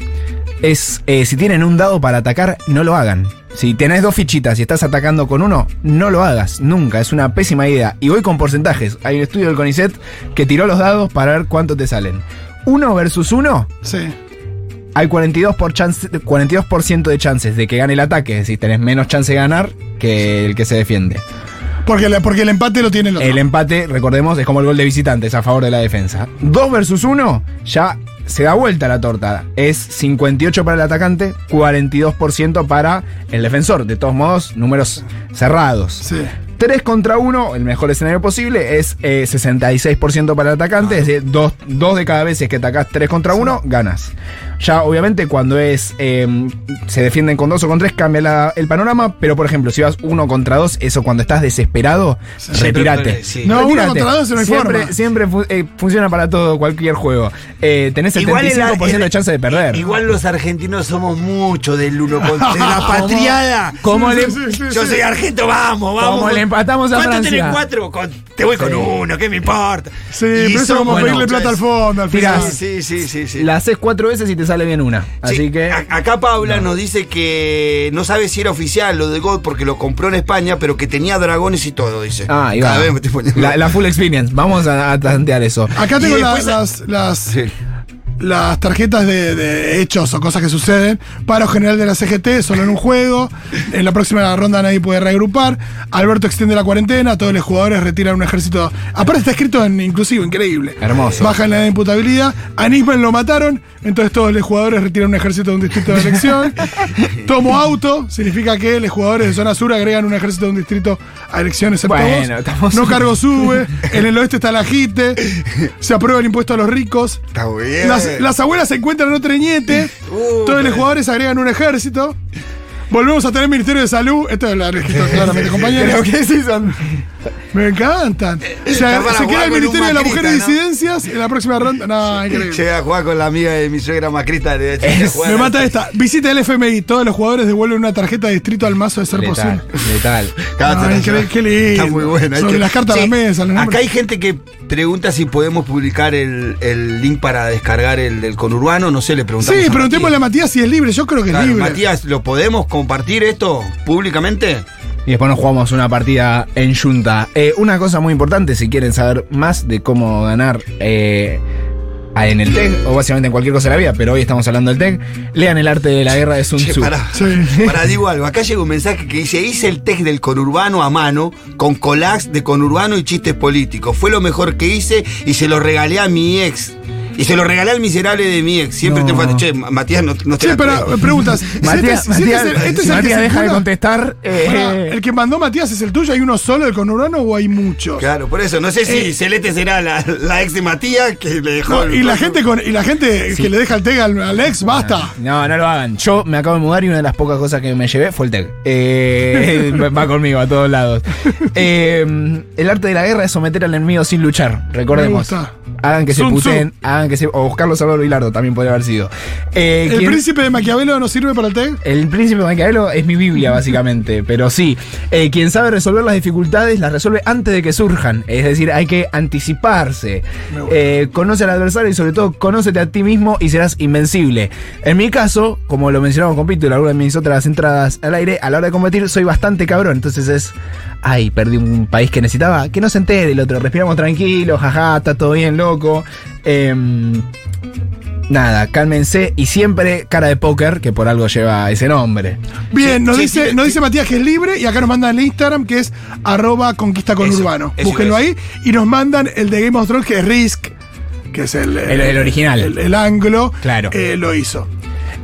Speaker 3: Es eh, si tienen un dado para atacar, no lo hagan. Si tenés dos fichitas y estás atacando con uno, no lo hagas, nunca, es una pésima idea. Y voy con porcentajes. Hay un estudio del CONICET que tiró los dados para ver cuánto te salen. Uno versus uno,
Speaker 2: Sí.
Speaker 3: hay 42%, por chance- 42 de chances de que gane el ataque. Es decir, tenés menos chance de ganar que el que se defiende.
Speaker 2: Porque, la- porque el empate lo tiene el otro.
Speaker 3: El empate, recordemos, es como el gol de visitantes a favor de la defensa. 2 versus 1, ya se da vuelta la torta. Es 58 para el atacante, 42% para el defensor. De todos modos, números cerrados.
Speaker 2: Sí.
Speaker 3: 3 3 contra 1, el mejor escenario posible, es eh, 66% para el atacante, es decir, 2, de cada vez si es que atacás 3 contra 1, ganas. Ya obviamente cuando es eh, se defienden con 2 o con 3 cambia la- el panorama, pero por ejemplo, si vas 1 contra 2, eso cuando estás desesperado, retírate.
Speaker 4: sí.
Speaker 2: No, uno
Speaker 3: Retírate.
Speaker 2: contra dos no hay
Speaker 3: siempre,
Speaker 2: forma.
Speaker 3: Siempre fu- eh, funciona para todo, cualquier juego. Eh, tenés 75%
Speaker 4: el- el-
Speaker 3: de chance de perder.
Speaker 4: Igual los argentinos somos mucho del uno contra de la patriada.
Speaker 3: ¿Cómo le-
Speaker 4: Yo soy argento, vamos, vamos.
Speaker 3: Como le empatamos a
Speaker 4: ¿Cuánto
Speaker 3: Francia?
Speaker 4: tenés cuatro? Con- te voy con
Speaker 3: Sí.
Speaker 4: uno, ¿qué me importa?
Speaker 2: Sí,
Speaker 4: Y
Speaker 2: pero eso es como
Speaker 4: somos-
Speaker 2: pedirle
Speaker 4: bueno,
Speaker 2: plata
Speaker 4: ya
Speaker 2: al
Speaker 4: es-
Speaker 2: fondo, al final.
Speaker 3: Tirás.
Speaker 4: Sí, sí, sí, sí.
Speaker 3: La haces cuatro veces y te sale bien una.
Speaker 4: Sí,
Speaker 3: Así que.
Speaker 4: a- acá Paula nos dice que no sabe si era oficial lo de God porque lo compró en España, pero que tenía dragones y todo, dice.
Speaker 3: Ah, ahí va.
Speaker 4: Cada vez me estoy poniendo-
Speaker 3: La, la full experience. Vamos a, a tantear eso.
Speaker 2: Acá
Speaker 4: Y
Speaker 2: tengo la-
Speaker 4: después-
Speaker 2: las, las,
Speaker 4: Sí.
Speaker 2: las tarjetas de, de hechos o cosas que suceden. Paro general de la CGT, solo en un juego. En la próxima ronda nadie puede reagrupar. Alberto extiende la cuarentena, todos los jugadores retiran un ejército. Aparte está escrito en inclusivo, increíble.
Speaker 3: Hermoso.
Speaker 2: Bajan la imputabilidad. A Nisman lo mataron, entonces todos los jugadores retiran un ejército de un distrito de
Speaker 3: *laughs*
Speaker 2: elección. Tomo auto, significa que los jugadores de zona sur agregan un ejército de un distrito a elecciones excepto
Speaker 3: Bueno,
Speaker 2: vos.
Speaker 3: estamos-
Speaker 2: No cargo sube. En el oeste está la JITE. Se aprueba el impuesto a los ricos.
Speaker 4: Está bien.
Speaker 2: Las, las abuelas se encuentran en otro reñete.
Speaker 4: Uh,
Speaker 2: Todos los jugadores agregan un ejército. Volvemos a tener Ministerio de Salud. Esto es lo
Speaker 4: *laughs*
Speaker 2: han escrito claramente, compañeros.
Speaker 3: Creo que sí son.
Speaker 2: Me encantan. Se,
Speaker 4: Está para
Speaker 2: se
Speaker 4: jugar
Speaker 2: crea el
Speaker 4: con un
Speaker 2: Ministerio de la Mujer
Speaker 4: Macrita,
Speaker 2: y
Speaker 4: ¿no?
Speaker 2: Disidencias en la próxima ronda. No, increíble.
Speaker 4: Llega a jugar con la amiga de mi suegra Macrista. de- de- de jugar
Speaker 2: Me
Speaker 4: a-
Speaker 2: mata esta. Visita el FMI. Todos los jugadores devuelven una tarjeta de distrito al mazo de ser posible.
Speaker 3: Letal, letal.
Speaker 4: Cada
Speaker 2: Ay, qué-
Speaker 4: tres-
Speaker 2: qué lindo.
Speaker 4: Está muy buena.
Speaker 2: Sobre las cartas a la mesa, los
Speaker 4: Acá
Speaker 2: nombres.
Speaker 4: hay gente que pregunta si podemos publicar el, el link para descargar el del conurbano. No sé, le preguntamos.
Speaker 2: Sí,
Speaker 4: a
Speaker 2: preguntémosle a
Speaker 4: Matías.
Speaker 2: Matías si es libre. Yo creo que es
Speaker 4: Claro,
Speaker 2: libre.
Speaker 4: Matías, ¿lo podemos compartir esto públicamente?
Speaker 3: Y después nos jugamos una partida en Junta. Eh, una cosa muy importante, si quieren saber más de cómo ganar eh, a- en el TEC, o básicamente en cualquier cosa de la vida, pero hoy estamos hablando del TEC, lean el arte de la guerra de Sun
Speaker 4: Che,
Speaker 3: Tzu.
Speaker 4: pará.
Speaker 2: Sí.
Speaker 4: *laughs* Pará, digo algo. Acá llega un mensaje que dice: Hice el test del conurbano a mano con collage de conurbano y chistes políticos. Fue lo mejor que hice y se lo regalé a mi ex. Y se lo regalé al miserable de mi ex. Siempre
Speaker 3: No.
Speaker 4: te falta. Che, Ma- Matías, no, no
Speaker 2: Che,
Speaker 4: te la
Speaker 2: pero
Speaker 3: *laughs*
Speaker 4: creo.
Speaker 2: preguntas. si este-
Speaker 3: Matías,
Speaker 2: si este
Speaker 3: Matías,
Speaker 2: es el- este es el que
Speaker 3: Matías, deja de
Speaker 2: circula-
Speaker 3: contestar. eh,
Speaker 2: Pará, el que mandó Matías es el tuyo, ¿hay uno solo del conurbano o hay muchos?
Speaker 4: Claro, por eso. No sé si
Speaker 3: Eh.
Speaker 4: Celeste será la, la ex de Matías que le dejó.
Speaker 2: No, y la gente con, y la gente que le deja el tag al, al ex, basta.
Speaker 3: No, no lo hagan. Yo me acabo de mudar y una de las pocas cosas que me llevé fue el TEC. Eh, *laughs* va- va conmigo a todos lados. Eh, el arte de la guerra es someter al enemigo sin luchar. Recordemos.
Speaker 2: Me gusta.
Speaker 3: Hagan que se
Speaker 2: Sun Tzu.
Speaker 3: puteen, hagan que se. O Carlos Álvaro Hilardo también podría haber sido. Eh,
Speaker 2: ¿El
Speaker 3: ¿quién-
Speaker 2: príncipe de Maquiavelo no sirve para el tag?
Speaker 3: el príncipe Maquiavelo es mi Biblia, básicamente. *laughs* Pero sí, eh, quien sabe resolver las dificultades las resuelve antes de que surjan. Es decir, hay que anticiparse. Eh, conoce al adversario y, sobre todo, conócete a ti mismo y serás invencible. En mi caso, como lo mencionamos con Pito en alguna de mis otras entradas al aire, a la hora de combatir soy bastante cabrón. Entonces es. Ay, perdí un país que necesitaba. Que no se entere el otro. Respiramos tranquilo, jaja, está todo bien, loco. Em, Nada, cálmense y siempre cara de póker, que por algo lleva ese nombre.
Speaker 2: Bien, nos
Speaker 4: sí,
Speaker 2: dice,
Speaker 4: sí,
Speaker 2: nos
Speaker 4: sí.
Speaker 2: dice Matías que es libre y acá nos mandan el Instagram que es arroba conquista con
Speaker 4: Eso,
Speaker 2: urbano.
Speaker 4: eso,
Speaker 2: Búsquenlo
Speaker 4: eso.
Speaker 2: ahí. Y nos mandan el de Game of Thrones que es Risk, que es el,
Speaker 3: El- el original.
Speaker 2: El, el anglo.
Speaker 3: Claro.
Speaker 2: eh, lo hizo.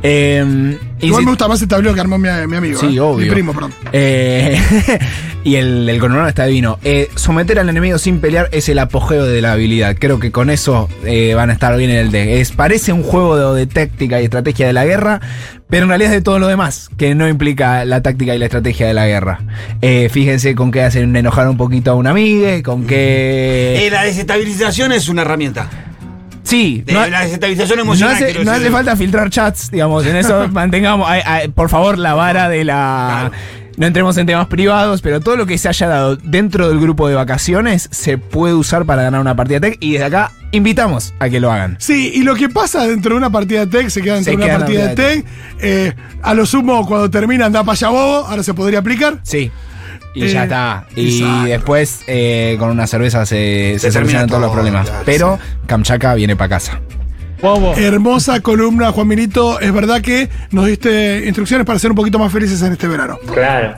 Speaker 3: Eh, y
Speaker 2: Igual
Speaker 3: si-
Speaker 2: me gusta más el tablero que armó mi, mi amigo.
Speaker 3: Sí,
Speaker 2: eh.
Speaker 3: obvio.
Speaker 2: Mi primo, perdón.
Speaker 3: Eh, *laughs* y el, el coronel está divino. Eh, someter al enemigo sin pelear es el apogeo de la habilidad. Creo que con eso eh, van a estar bien en el deck. Es, parece un juego de, de táctica y estrategia de la guerra, pero en realidad es de todo lo demás, que no implica la táctica y la estrategia de la guerra. Eh, fíjense con qué hacen enojar un poquito a un amigo, con qué...
Speaker 4: Eh, la desestabilización es una herramienta.
Speaker 3: sí,
Speaker 4: Eh,
Speaker 3: no-
Speaker 4: la desestabilización
Speaker 3: No
Speaker 4: emocional.
Speaker 3: hace,
Speaker 4: quiero
Speaker 3: no hace
Speaker 4: decir.
Speaker 3: falta filtrar chats, digamos. En *laughs* eso mantengamos, ay, ay, por favor, la vara de la. No entremos en temas privados, pero todo lo que se haya dado dentro del grupo de vacaciones se puede usar para ganar una partida tech. Y desde acá invitamos a que lo hagan.
Speaker 2: Sí, y lo que pasa dentro de una partida de tech se queda dentro
Speaker 3: Se
Speaker 2: de una
Speaker 3: queda
Speaker 2: partida de
Speaker 3: dentro de
Speaker 2: tech. Eh, a lo sumo, cuando termina, anda para allá bobo. Ahora se podría aplicar.
Speaker 3: Sí. Y
Speaker 2: Eh,
Speaker 3: ya está. Y
Speaker 2: exacto.
Speaker 3: después eh, con una cerveza se, se
Speaker 4: termina
Speaker 3: solucionan todos los
Speaker 4: todo,
Speaker 3: problemas.
Speaker 4: claro,
Speaker 3: pero Kamchatka viene para casa.
Speaker 2: Hermosa columna, Juan Milito. Es verdad que nos diste instrucciones para ser un poquito más felices en este verano.
Speaker 9: Claro.